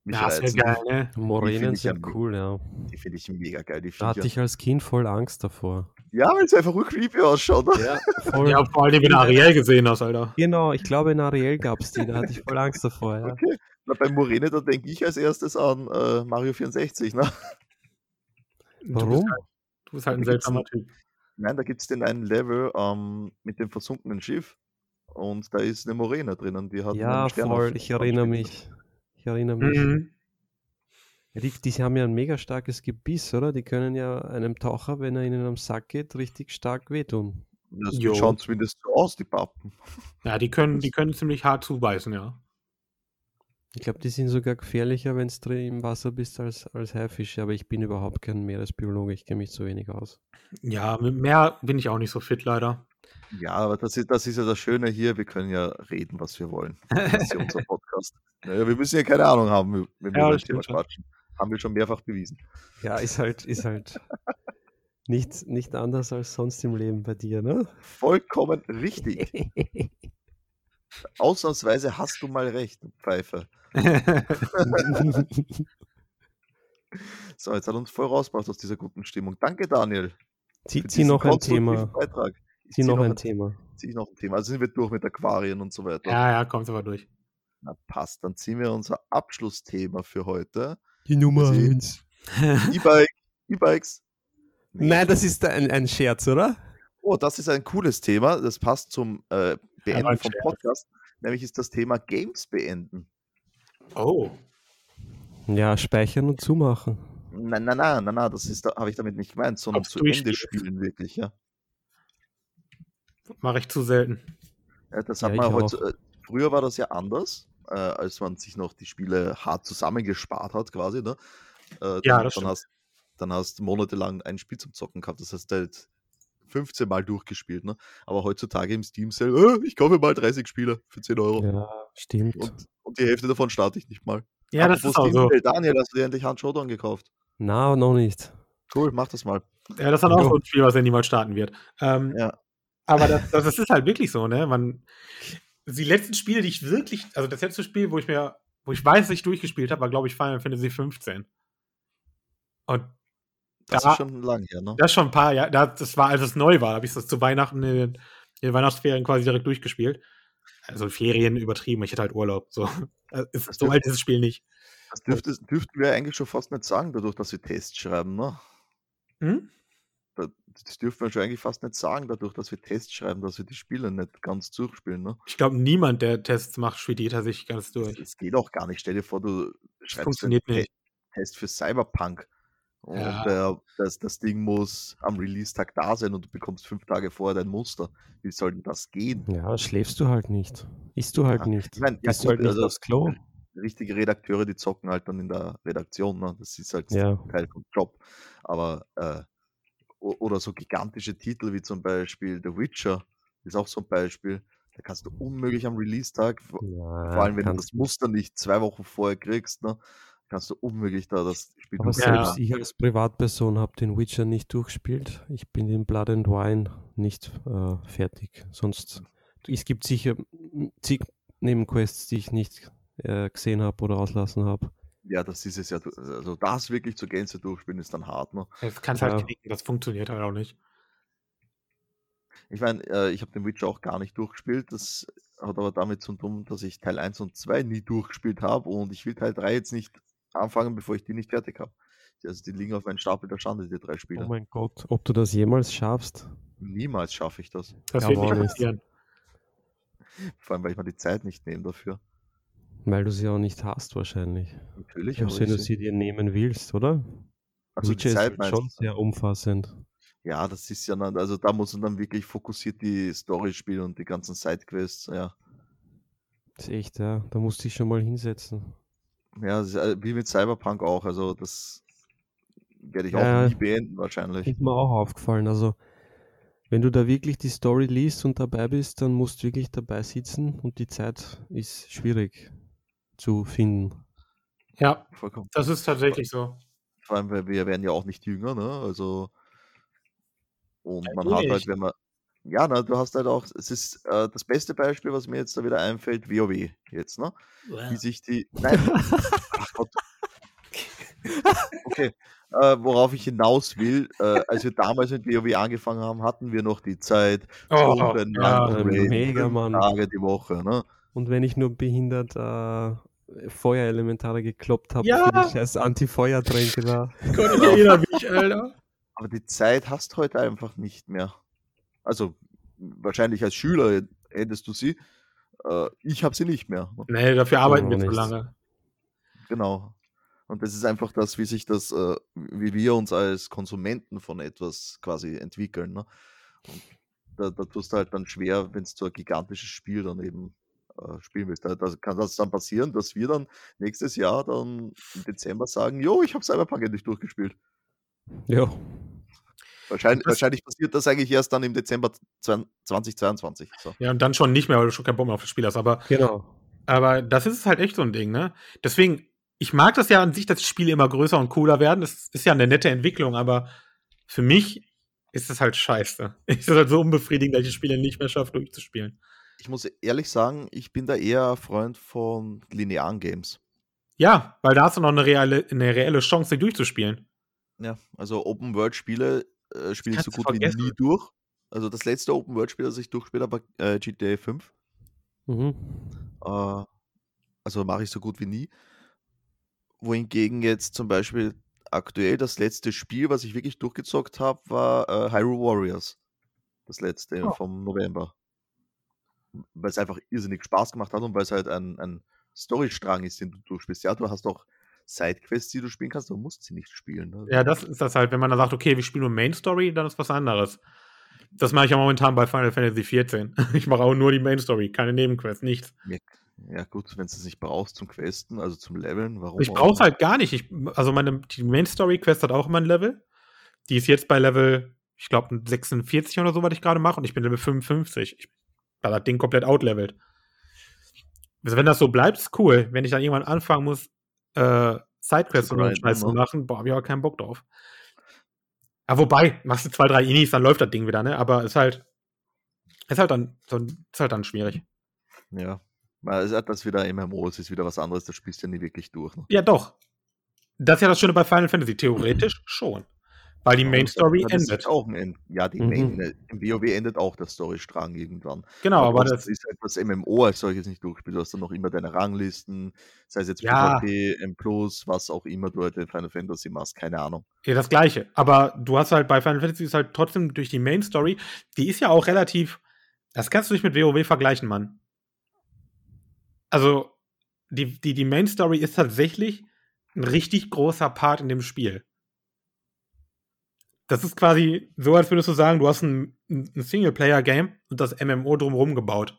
S1: mich
S2: Ja, ist
S1: reizen.
S2: ja geil, ne?
S3: Moränen
S1: find ich ja
S3: sind
S1: mega.
S3: cool, ja.
S1: Die finde ich mega geil, die
S3: Da
S1: Viecher.
S3: hatte ich als Kind voll Angst davor.
S1: Ja, weil es einfach creepy ausschaut.
S3: Ja, voll.
S2: Ja, vor allem, wenn du Ariel gesehen hast, Alter.
S3: Genau, ich glaube in Ariel gab es die, da hatte ich voll Angst davor, ja.
S1: Okay. Na, bei Morene, da denke ich als erstes an äh, Mario 64. Ne?
S2: Du
S3: Warum?
S2: bist halt, du bist
S1: Da
S2: halt ein
S1: gibt's
S2: seltsamer Typ.
S1: Nein, da gibt es den einen Level ähm, mit dem versunkenen Schiff. Und da ist eine Morene drinnen, die hat
S3: Ja,
S1: einen Stern
S3: voll,
S1: auf-
S3: ich erinnere
S1: aufsteht.
S3: mich. Ich erinnere mich.
S2: Mhm.
S3: Ja, Die, die haben ja ein mega starkes Gebiss, oder? Die können ja einem Taucher, wenn er ihnen am Sack geht, richtig stark wehtun.
S1: Das
S2: Jo.
S1: schaut zumindest so aus, die Pappen.
S2: Ja, die können, die können ziemlich hart zubeißen, ja.
S3: Ich glaube, die sind sogar gefährlicher, wenn du im Wasser bist, als, als Haifische. Aber ich bin überhaupt kein Meeresbiologe, ich kenne mich zu wenig aus.
S2: Ja, mit mehr bin ich auch nicht so fit, leider.
S1: Ja, aber das ist, das ist ja das Schöne hier, wir können ja reden, was wir wollen. Das ist ja unser Podcast. Naja, wir müssen ja keine Ahnung haben, wenn wir
S2: Ja,
S1: über
S2: das
S1: das Thema
S2: stimmt schon.
S1: quatschen. Haben wir schon mehrfach bewiesen.
S3: Ja, ist halt, ist halt nicht, nicht anders als sonst im Leben bei dir, ne?
S1: Vollkommen richtig. Ausnahmsweise hast du mal recht, du Pfeife. So, jetzt hat uns voll rausgebracht aus dieser guten Stimmung. Danke, Daniel.
S3: zieh,
S1: für
S3: zieh
S1: diesen
S3: noch ein
S1: konstruktiven
S3: Thema.
S1: Beitrag. Ich
S3: Zieh noch ein Thema.
S1: Zieh noch ein Thema. Also sind wir durch mit Aquarien und so weiter.
S2: ja, ja, kommt aber durch.
S1: Na, passt. Dann ziehen wir unser Abschlussthema für heute.
S3: Die Nummer
S1: Sie-
S3: eins.
S1: E-Bike, E-Bikes. Nee.
S3: Nein, das ist ein, ein Scherz, oder?
S1: Oh, das ist ein cooles Thema. Das passt zum äh, Beenden
S2: ein
S1: vom
S2: Scherz.
S1: Podcast. Nämlich ist das Thema Games beenden.
S2: Oh.
S3: Ja, speichern und zumachen.
S1: Nein, nein, nein, nein, nein, das ist, da, habe ich damit nicht gemeint, sondern
S2: Ob's
S1: zu Ende
S2: durchspielst.
S1: spielen wirklich, ja.
S2: Mache ich zu selten.
S1: Äh, Das
S3: Ja,
S1: hat
S3: ich
S1: man
S3: auch.
S1: heute, äh, früher war das ja anders, äh, als man sich noch die Spiele hart zusammengespart hat, quasi, ne? Äh,
S2: Ja,
S1: dann,
S2: das
S1: dann
S2: stimmt.
S1: hast, dann hast du monatelang ein Spiel zum Zocken gehabt. Das hast du halt 15 Mal durchgespielt, ne? Aber heutzutage im Steam Sale, äh, ich kaufe mal 30 Spiele für 10 Euro.
S3: Ja, stimmt.
S1: Und, und die Hälfte davon starte ich nicht mal.
S2: Ja, das
S1: Apropos
S2: ist auch
S1: Steam
S2: so.
S1: Sale, Daniel, hast du dir endlich Hand Showdown gekauft?
S3: Na, noch nicht.
S1: Cool, mach das mal.
S2: Ja, das ist dann auch so ein Spiel, was er niemals starten wird. Ähm,
S1: Ja.
S2: Aber das, das, das ist halt wirklich so, ne? Man, die letzten Spiele, die ich wirklich, also das letzte Spiel, wo ich mir, wo ich weiß, dass ich durchgespielt habe, war, glaube ich, Final Fantasy 15. Und
S1: Das
S2: Da-
S1: ist schon lang her, ne?
S2: das schon ein paar Jahre, da- das war, als es neu war, habe ich das zu Weihnachten in den, in den Weihnachtsferien quasi direkt durchgespielt. Also Ferien übertrieben, ich hatte halt Urlaub. So, Also, ist, so alt ist das Spiel nicht.
S1: Das dürfte, dürften wir eigentlich schon fast nicht sagen, dadurch, dass wir Tests schreiben, ne?
S2: Hm?
S1: das dürfen wir schon eigentlich fast nicht sagen, dadurch, dass wir Tests schreiben, dass wir die Spiele nicht ganz durchspielen. Ne?
S2: Ich glaube, niemand, der Tests macht, spielt jeder sich ganz durch.
S1: Das geht auch gar nicht. Stell dir vor, du schreibst einen
S2: funktioniert
S1: Te
S2: nicht.
S1: Test für Cyberpunk. Und
S2: Ja.
S1: der, das, das Ding muss am Release-Tag da sein und du bekommst fünf Tage vorher dein Muster. Wie soll denn das gehen?
S3: Ja, schläfst du halt nicht. Isst du halt
S1: Ja,
S3: nicht.
S1: ich mein, ja
S3: Gehst du
S1: gut,
S3: halt nicht
S1: also-
S3: aufs Klo.
S2: Mhm.
S1: Richtige Redakteure, die zocken halt dann in der Redaktion. Ne? Das ist halt
S3: Ja.
S1: Teil vom Job. Aber äh, o- oder so gigantische Titel wie zum Beispiel The Witcher ist auch so ein Beispiel. Da kannst du unmöglich am Release-Tag, vor
S3: Vor
S1: allem wenn du das Muster nicht zwei Wochen vorher kriegst, ne, kannst du unmöglich da das Spiel
S3: Aber
S1: durchspielen. Ah,
S3: selbst ich als Privatperson habe den Witcher nicht durchgespielt. Ich bin in Blood and Wine nicht äh, fertig. Sonst, es gibt sicher zig Nebenquests, die ich nicht äh, gesehen habe oder auslassen habe.
S1: Ja, das ist es ja. du- Also das wirklich zur Gänze durchspielen ist dann hart. Ne?
S2: Das kannst
S3: Ja.
S2: halt knicken, das funktioniert halt auch nicht.
S1: Ich meine, äh, ich habe den Witcher auch gar nicht durchgespielt. Das hat aber damit zu tun, dass ich Teil 1 und 2 nie durchgespielt habe und ich will Teil 3 jetzt nicht anfangen, bevor ich die nicht fertig habe. Also die liegen auf meinem Stapel der Schande, die drei Spiele.
S3: Oh mein Gott, ob du das jemals schaffst?
S1: Niemals schaffe ich das.
S2: Das wird
S3: Jawohl,
S2: nicht
S3: ist-
S2: passieren.
S1: Vor allem, weil ich mir die Zeit nicht nehme dafür.
S3: Weil du sie auch nicht hast wahrscheinlich.
S1: Natürlich
S3: Selbst wenn
S1: ich
S3: du
S1: sie-
S3: sie dir nehmen willst, oder?
S1: also die
S3: Witcher
S1: Zeit
S3: ist schon
S1: meinst du?
S3: sehr umfassend.
S1: Ja, das ist ja dann, also da muss man dann wirklich fokussiert die Story spielen und die ganzen Sidequests, ja.
S3: Das ist echt, ja. Da musst du dich schon mal hinsetzen.
S1: Ja, das ist, äh, wie mit Cyberpunk auch, also das werde ich auch
S3: Ja. Hm.
S1: nie beenden wahrscheinlich.
S3: Ist mir auch aufgefallen. Also, wenn du da wirklich die Story liest und dabei bist, dann musst du wirklich dabei sitzen und die Zeit ist schwierig zu finden.
S2: Ja,
S1: Vollkommen.
S2: das ist tatsächlich so.
S1: Vor allem, weil wir werden ja auch nicht jünger, ne? Also und
S2: Ja,
S1: man
S2: eh
S1: hat halt,
S2: nicht.
S1: wenn man ja, na, du hast halt auch, es ist äh, das beste Beispiel, was mir jetzt da wieder einfällt, WoW jetzt, ne? Wie sich die Nein. Ach Gott. Okay, äh, worauf ich hinaus will, äh, als wir damals mit WoW angefangen haben, hatten wir noch die Zeit,
S2: Oh,
S1: stundenlang
S2: ja.
S1: zu raiden,
S3: Mega,
S1: fünf
S3: Mann.
S1: Tage die Woche, ne?
S3: Und wenn ich nur behindert äh, Feuerelementare gekloppt habe
S2: Ja.
S3: für die scheiß Anti-Feuertränke da.
S2: Gott, ich erinnere mich, Alter.
S1: Aber die Zeit hast du heute einfach nicht mehr. Also wahrscheinlich als Schüler hättest du sie. Äh, ich habe sie nicht mehr. ne?
S2: Nee, dafür arbeiten wir
S3: Ja,
S2: zu
S3: nichts.
S2: lange.
S1: Genau. Und das ist einfach das, wie sich das, äh, wie wir uns als Konsumenten von etwas quasi entwickeln. Ne? Und da, da tust du halt dann schwer, wenn es so ein gigantisches Spiel dann eben äh, spielen willst. Da, da kann das dann passieren, dass wir dann nächstes Jahr dann im Dezember sagen, jo, ich habe Cyberpunk endlich durchgespielt.
S3: Ja.
S1: Wahrscheinlich,
S2: Das-
S1: wahrscheinlich passiert das eigentlich erst dann im Dezember 2022. So.
S2: Ja, und dann schon nicht mehr, weil du schon keinen Bock mehr auf das Spiel hast. Aber
S3: Genau.
S2: Aber das ist halt echt so ein Ding, ne? Deswegen, ich mag das ja an sich, dass die Spiele immer größer und cooler werden. Das ist ja eine nette Entwicklung, aber für mich ist das halt scheiße. Es ist halt so unbefriedigend, dass ich die Spiele nicht mehr schaffe, durchzuspielen.
S1: Ich muss ehrlich sagen, ich bin da eher Freund von linearen Games.
S2: Ja, weil da hast du noch eine reelle, eine reelle Chance, sie durchzuspielen.
S1: Ja, also Open World Spiele äh, spiele ich so
S2: kannst du
S1: gut wie nie
S2: vergessen.
S1: durch. Also das letzte Open World Spiel, das ich durchspiele, war äh, GTA 5.
S3: Mhm.
S1: Äh, also mache ich so gut wie nie. Wohingegen jetzt zum Beispiel aktuell das letzte Spiel, was ich wirklich durchgezockt habe, war äh, Hyrule Warriors. Das letzte
S2: Oh.
S1: vom November. Weil es einfach irrsinnig Spaß gemacht hat und weil es halt ein, ein Storystrang ist, den du durchspielst. Ja, du hast auch Sidequests, die du spielen kannst, du musst sie nicht spielen. Ne?
S2: Ja, das ist das halt, wenn man da sagt, okay, wir spielen nur Main Story, dann ist was anderes. Das mache ich ja momentan bei Final Fantasy XIV. Ich mache auch nur die Main Story, keine Nebenquests, nichts.
S1: Ja, gut, wenn du es nicht brauchst zum Questen, also zum Leveln, warum?
S2: Ich
S1: auch
S2: brauch's
S1: immer.
S2: halt gar nicht. Ich, also meine die Main Story Quest hat auch immer ein Level. Die ist jetzt bei Level, ich glaube 46 oder so, was ich gerade mache und ich bin Level 55. Ich war das Ding komplett outlevelt. Also wenn das so bleibt, ist cool. Wenn ich dann irgendwann anfangen muss, äh, Sidequests
S1: Zu
S2: und so einen
S1: grinden,
S2: Scheiß zu
S1: ne?
S2: machen, boah, hab ich auch keinen Bock drauf. Aber wobei, machst du zwei, drei Inis, dann läuft das Ding wieder, ne? Aber ist halt, ist halt dann, so- ist halt dann schwierig.
S1: Ja. Weil es hat das wieder MMO, es ist wieder was anderes, das spielst du ja nie wirklich durch. Ne?
S2: Ja, doch. Das ist ja das Schöne bei Final Fantasy. Theoretisch schon. Weil die Main Story
S1: Das ist
S2: endet.
S1: Auch ein End. Ja, die
S3: Mhm.
S1: Main, äh, im WoW endet auch der Storystrang irgendwann.
S2: Genau, aber
S1: trotzdem
S2: das,
S1: ist halt das MMO als solches nicht durchgespielt. Du hast dann noch immer deine Ranglisten, sei es jetzt
S2: Ja.
S1: PvP, M+, was auch immer du halt in Final Fantasy machst, keine Ahnung.
S2: Ja, das gleiche. Aber du hast halt bei Final Fantasy ist halt trotzdem durch die Main Story, die ist ja auch relativ. Das kannst du nicht mit WoW vergleichen, Mann. Also, die, die, die Main Story ist tatsächlich ein richtig großer Part in dem Spiel. Das ist quasi so, als würdest du sagen, du hast ein, ein Singleplayer-Game und das MMO drumherum gebaut.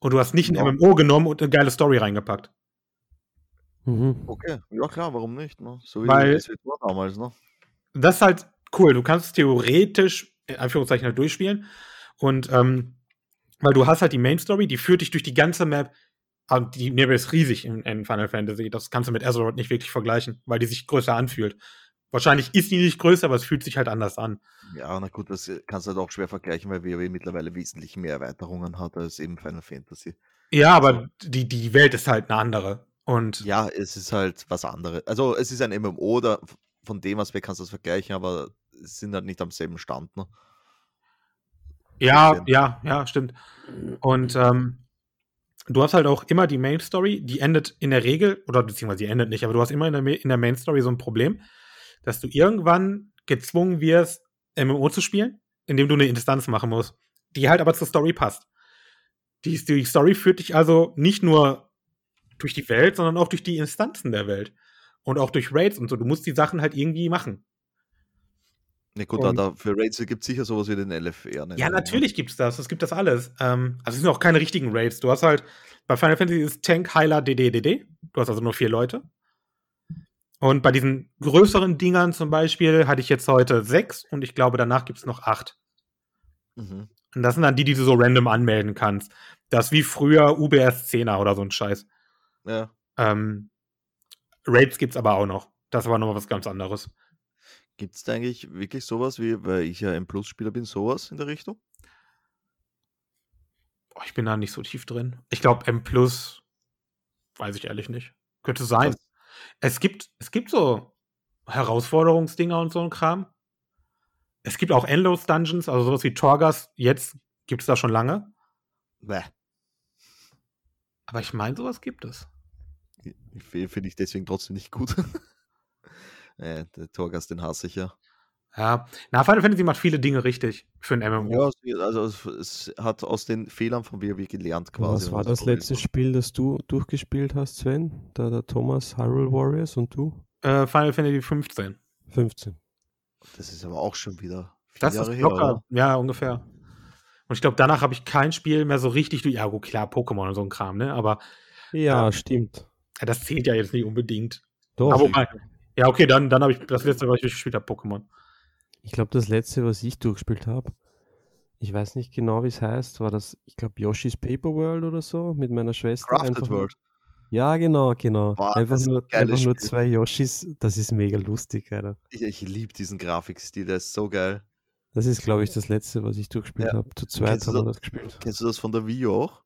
S2: Und du hast nicht ein
S1: Ja.
S2: MMO genommen und eine geile Story reingepackt.
S3: Mhm.
S1: Okay, ja klar, warum nicht? Ne? So wie
S2: Weil-
S1: das war damals, ne?
S2: das ist halt cool. Du kannst es theoretisch, in Anführungszeichen, halt durchspielen. Und ähm, weil du hast halt die Main Story, die führt dich durch die ganze Map. Aber die Map ist riesig in, in Final Fantasy. Das kannst du mit Azeroth nicht wirklich vergleichen, weil die sich größer anfühlt. Wahrscheinlich ist die nicht größer, aber es fühlt sich halt anders an.
S1: Ja, na gut, das äh, kannst du halt auch schwer vergleichen, weil WoW mittlerweile wesentlich mehr Erweiterungen hat als eben Final Fantasy.
S2: Ja, aber die, die Welt ist halt eine andere. Und
S1: Ja, es ist halt was anderes. Also es ist ein MMO, da, von dem Aspekt kannst du das vergleichen, aber es sind halt nicht am selben Stand. Ne?
S2: Ja,
S1: Stimmt.
S2: ja, ja, stimmt. Und ähm, du hast halt auch immer die Main Story, die endet in der Regel, oder beziehungsweise die endet nicht, aber du hast immer in der, Ma- in der Main Story so ein Problem, dass du irgendwann gezwungen wirst, MMO zu spielen, indem du eine Instanz machen musst, die halt aber zur Story passt. Die, die Story führt dich also nicht nur durch die Welt, sondern auch durch die Instanzen der Welt. Und auch durch Raids und so. Du musst die Sachen halt irgendwie machen.
S1: Ne, gut, da,
S2: Und-
S1: da für Raids gibt es sicher sowas wie den LFR. ne?
S2: Ja, natürlich gibt's das. Es gibt das alles. Ähm, also es sind auch keine richtigen Raids. Du hast halt, bei Final Fantasy ist Tank, Heiler, DD, DD. Du hast also nur vier Leute. Und bei diesen größeren Dingern zum Beispiel hatte ich jetzt heute sechs und ich glaube, danach gibt's noch acht.
S1: Mhm.
S2: Und das sind dann die, die du so random anmelden kannst. Das ist wie früher UBS 10er oder so ein Scheiß.
S1: Ja.
S2: Ähm, Raids gibt's aber auch noch. Das ist aber nochmal was ganz anderes.
S1: Gibt es da eigentlich wirklich sowas wie, weil ich ja ein Plus-Spieler bin, sowas in der Richtung?
S2: Boah, ich bin da nicht so tief drin. Ich glaube, M Plus, weiß ich ehrlich nicht. Könnte sein.
S1: Was?
S2: Es gibt, es gibt so Herausforderungsdinger und so ein Kram. Es gibt auch Endless Dungeons, also sowas wie Torgas. Jetzt gibt es da schon lange.
S1: Bäh.
S2: Aber ich meine, sowas gibt es.
S1: Ich- Finde ich deswegen trotzdem nicht gut. äh, der Torgast, den hasse ich ja.
S2: Ja. Na, Final Fantasy macht viele Dinge richtig für ein MMO.
S1: Ja, es- also es, es hat aus den Fehlern von WoW gelernt quasi.
S3: Was
S1: wenn
S3: war
S1: man
S3: das
S1: so will.
S3: letzte Spiel, das du durchgespielt hast, Sven? Da der Thomas, Hyrule Warriors und du?
S2: Äh, Final Fantasy 15.
S3: 15.
S1: Das ist aber auch schon wieder vier
S2: Das
S1: Jahre
S2: ist
S1: her,
S2: locker.
S1: oder?
S2: ja, ungefähr. Und ich glaube, danach habe ich kein Spiel mehr so richtig durch. Ja, gut, klar, Pokémon und so ein Kram, ne? Aber
S3: Ja,
S2: Ja.
S3: stimmt.
S2: ja, das zählt ja jetzt nicht unbedingt.
S3: Doch.
S2: Aber wobei, ja, okay, dann, dann habe ich das letzte, was ich gespielt habe, Pokémon.
S3: Ich glaube, das letzte, was ich durchgespielt habe, ich weiß nicht genau, wie es heißt, war das, ich glaube, Yoshi's Paper World oder so mit meiner Schwester.
S1: Crafted
S3: einfach-
S1: World.
S3: Ja, genau, genau.
S1: Boah,
S3: einfach
S1: das ist ein
S3: nur,
S1: geiles
S3: einfach nur
S1: Spiel.
S3: zwei Yoshis, das ist mega lustig, Alter.
S1: Ich, ich liebe diesen Grafikstil, der ist so geil.
S3: Das ist, glaube ich, das letzte, was ich durchgespielt
S1: Ja.
S3: habe. Zu zweit
S1: Kennst du
S3: haben wir
S1: das-
S3: das gespielt.
S1: Kennst du das von der Wii U auch?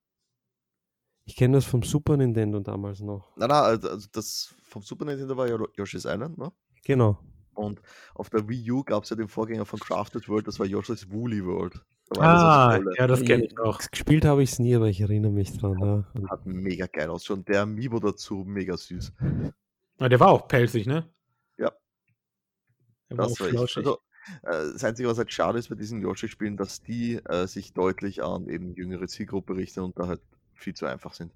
S3: Ich kenne das vom Super Nintendo damals noch.
S1: Na, na, also also das vom Super Nintendo war ja Yoshi's Island, ne?
S3: Genau.
S1: Und auf der Wii U gab es ja den Vorgänger von Crafted World, das war Yoshi's Woolly World. Da war
S2: Ah,
S1: das als Rolle.
S2: ja, das kenne ich auch.
S3: Gespielt habe ich es nie, aber ich erinnere mich dran. Ja. Und
S1: Hat mega geil aus. Schon der Amiibo dazu, mega süß.
S2: Ja, der war auch pelzig, ne?
S1: Ja.
S2: Der war
S1: Das
S2: auch
S1: war echt.
S2: flauschig.
S1: Also, äh, das Einzige, was halt schade ist bei diesen Yoshi-Spielen, dass die äh, sich deutlich an eben jüngere Zielgruppe richten und da halt viel zu einfach sind.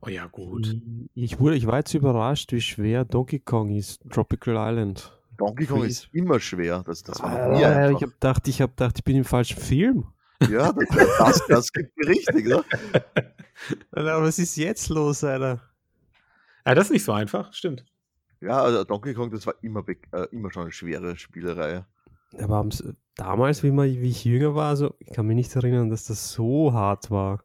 S2: oh ja, gut.
S1: Mhm.
S3: Ich, wurde, ich war jetzt überrascht, wie schwer Donkey Kong ist. Tropical Island.
S1: Donkey Kong
S3: Freeze.
S1: ist immer schwer. Das, das war noch nie
S3: Alter,
S1: einfach.
S3: Ah, ich habe gedacht, ich habe gedacht, ich bin im falschen Film.
S1: Ja, das, das, das gibt mir richtig, ne?
S3: Alter, was ist jetzt los, Alter?
S2: Ja, das ist nicht so einfach, stimmt.
S1: Ja, also Donkey Kong, das war immer, be- äh, immer schon eine schwere Spielereihe.
S3: Aber haben's- äh, damals, wie, man, wie ich jünger war, also ich kann mich nicht erinnern, dass das so hart war.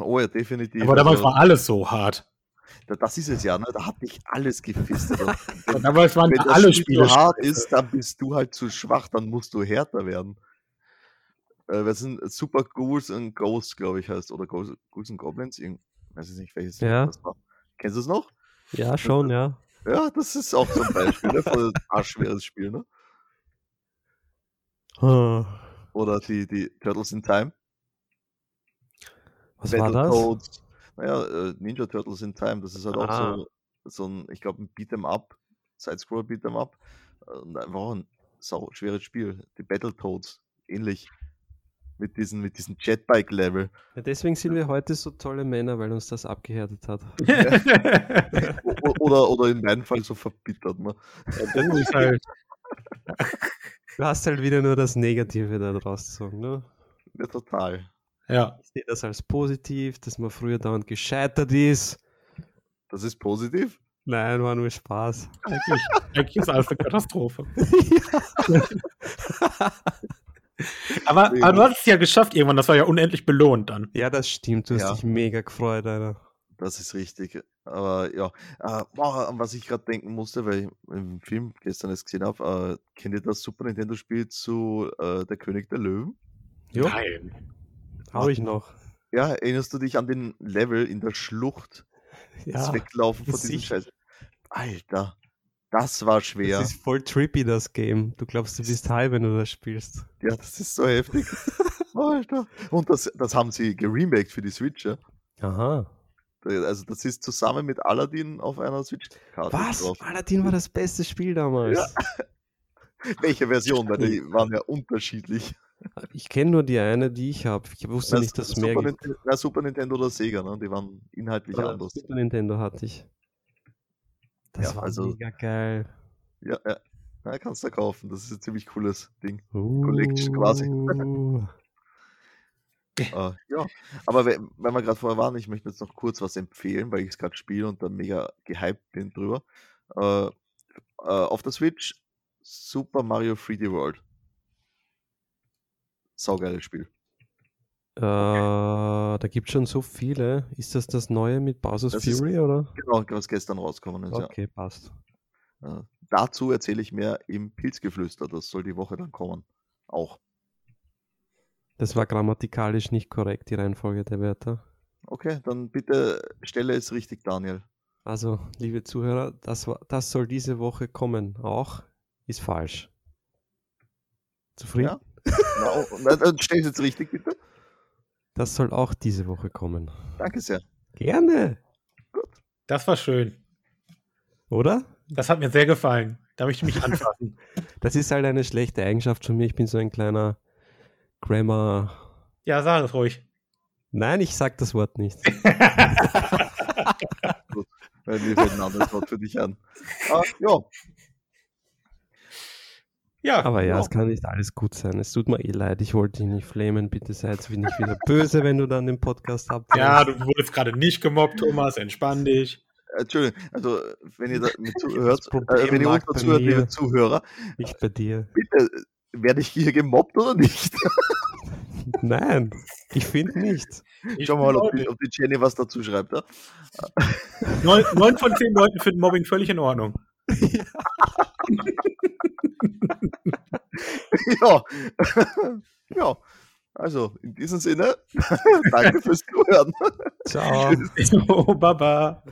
S1: Oh ja, definitiv.
S2: Aber damals
S1: Also,
S2: war alles so hart.
S1: da- das ist es ja, ne? Da hat dich alles gefistet. Und
S2: Und damals waren
S1: Wenn das
S2: alle
S1: Spiel
S2: Spiele
S1: zu hart
S2: scheiße.
S1: ist, dann bist du halt zu schwach, dann musst du härter werden. Äh, was sind Super Ghouls and Ghosts, glaube ich, heißt. Oder Ghouls, Ghouls and Goblins, irgend, weiß ich nicht, welches
S3: Ja.
S1: das war. Kennst du es noch?
S3: Ja, schon, ja.
S1: Ja, das ist auch so ein Beispiel. Ne? Voll arschschweres Spiel, ne?
S3: Ah,
S1: Oder die, die Turtles in Time.
S3: Was war das?
S1: Battletoads. Naja, äh, Ninja Turtles in Time, das ist halt
S3: Ah.
S1: auch so, so ein, ich glaube, ein Beat'em Up, Sidescroll Beat'em Up. Äh, Und einfach auch ein sau schweres Spiel. Die Battletoads, ähnlich. Mit diesen, mit diesem Jetbike-Level.
S3: Ja, deswegen sind wir heute so tolle Männer, weil uns das abgehärtet hat.
S1: O- o- Oder, oder in meinem Fall so verbittert. Ne?
S2: das ist halt,
S3: Du hast halt wieder nur das Negative da draus gezogen. Ne?
S1: Ja, total.
S2: ja.
S3: Ich sehe das als positiv, dass man früher dauernd gescheitert ist.
S1: Das ist positiv.
S3: Nein, war nur Spaß.
S2: Eigentlich, eigentlich ist alles eine Katastrophe. Aber, aber du hast es ja geschafft irgendwann, das war ja unendlich belohnt dann.
S3: Ja, das stimmt. Du hast
S1: Ja.
S3: dich mega gefreut, Alter.
S1: Das ist richtig. Aber ja, äh, boah, an was ich gerade denken musste, weil ich im Film gestern es gesehen habe, äh, kennt ihr das Super Nintendo-Spiel zu äh, Der König der Löwen?
S3: Jo,
S2: Nein.
S3: habe ich noch.
S1: Ja, erinnerst du dich an den Level in der Schlucht? das
S3: Ja,
S1: Weglaufen von diesem
S3: sicher.
S1: Scheiß. Alter, das war schwer.
S3: das ist voll trippy, das Game. Du glaubst, du bist high, wenn du das spielst.
S1: ja, das ist so heftig. Alter. Und das, das haben sie geremaked für die Switch. Ja?
S3: Aha.
S1: Also, das ist zusammen mit Aladdin auf einer Switch-Karte.
S3: Was?
S1: drauf.
S3: Aladdin war das beste Spiel damals.
S1: Welche Version? Weil die waren ja unterschiedlich.
S3: Ich kenne nur die eine, die ich habe. Ich wusste
S1: Na,
S3: nicht, dass es mehr
S1: Super,
S3: gibt.
S1: Nintendo, na, Super Nintendo oder Sega, ne? die waren inhaltlich
S3: Oder
S1: anders.
S3: Super Nintendo hatte ich. Das
S1: Ja,
S3: war
S1: also-
S3: mega geil.
S1: Ja, ja. Na, kannst du kaufen. Das ist ein ziemlich cooles Ding.
S3: Collection
S1: Collection quasi.
S3: Uh.
S1: Äh, ja, aber we- weil wir gerade vorher waren, ich möchte jetzt noch kurz was empfehlen, weil ich es gerade spiele und da mega gehypt bin drüber. Äh, äh, auf der Switch Super Mario 3D World. Saugeiles Spiel.
S3: äh, da gibt es schon so viele. Ist das das neue mit Bowser's
S1: Das ist-
S3: Fury oder?
S1: Genau, was gestern rausgekommen ist.
S3: Okay, passt.
S1: Ja. Äh, dazu erzähle ich mehr im Pilzgeflüster. Das soll die Woche dann kommen. Auch.
S3: Das war grammatikalisch nicht korrekt, die Reihenfolge der Wörter.
S1: Okay, dann bitte stelle es richtig, Daniel.
S3: Also, liebe Zuhörer, das, war, das soll diese Woche kommen. Auch ist falsch. Zufrieden?
S1: Ja. Na, oh, na, dann stell es jetzt richtig, bitte.
S3: Das soll auch diese Woche kommen.
S1: Danke sehr.
S3: Gerne,
S2: Das war schön.
S3: oder?
S2: Das hat mir sehr gefallen. Da möchte ich mich anfassen.
S3: Das ist halt eine schlechte Eigenschaft von mir. Ich bin so ein kleiner Grammar.
S2: ja, sag es ruhig.
S3: Nein, ich sag das Wort nicht.
S1: Äh, Mir fällt ein anderes Wort für dich an. Ah, ja,
S2: Ja, genau.
S3: Aber ja,
S1: Ja.
S3: es kann nicht alles gut sein. Es tut mir eh leid. Ich wollte dich nicht flamen. Bitte sei jetzt nicht wieder böse, wenn du dann den Podcast abhörst.
S2: ja du wurdest gerade nicht gemobbt, Thomas. Entspann dich.
S1: Entschuldigung, also wenn ihr da mit zuhört,
S3: Problem
S1: äh, wenn ihr
S3: lag
S1: uns da
S3: bei
S1: zuhört,
S3: mir.
S1: liebe Zuhörer,
S3: nicht bei dir.
S1: bitte, äh, werde ich hier gemobbt oder nicht?
S3: Nein, ich finde nicht.
S2: Ich
S1: Schauen wir mal, ob
S2: bin
S1: die,
S2: Leute.
S1: ob die Jenny was dazu schreibt. Ja?
S2: neun, neun von zehn Leuten finden Mobbing völlig in Ordnung.
S1: ja. ja. Also, in diesem Sinne, danke fürs Zuhören.
S3: Ciao.
S2: So, Baba.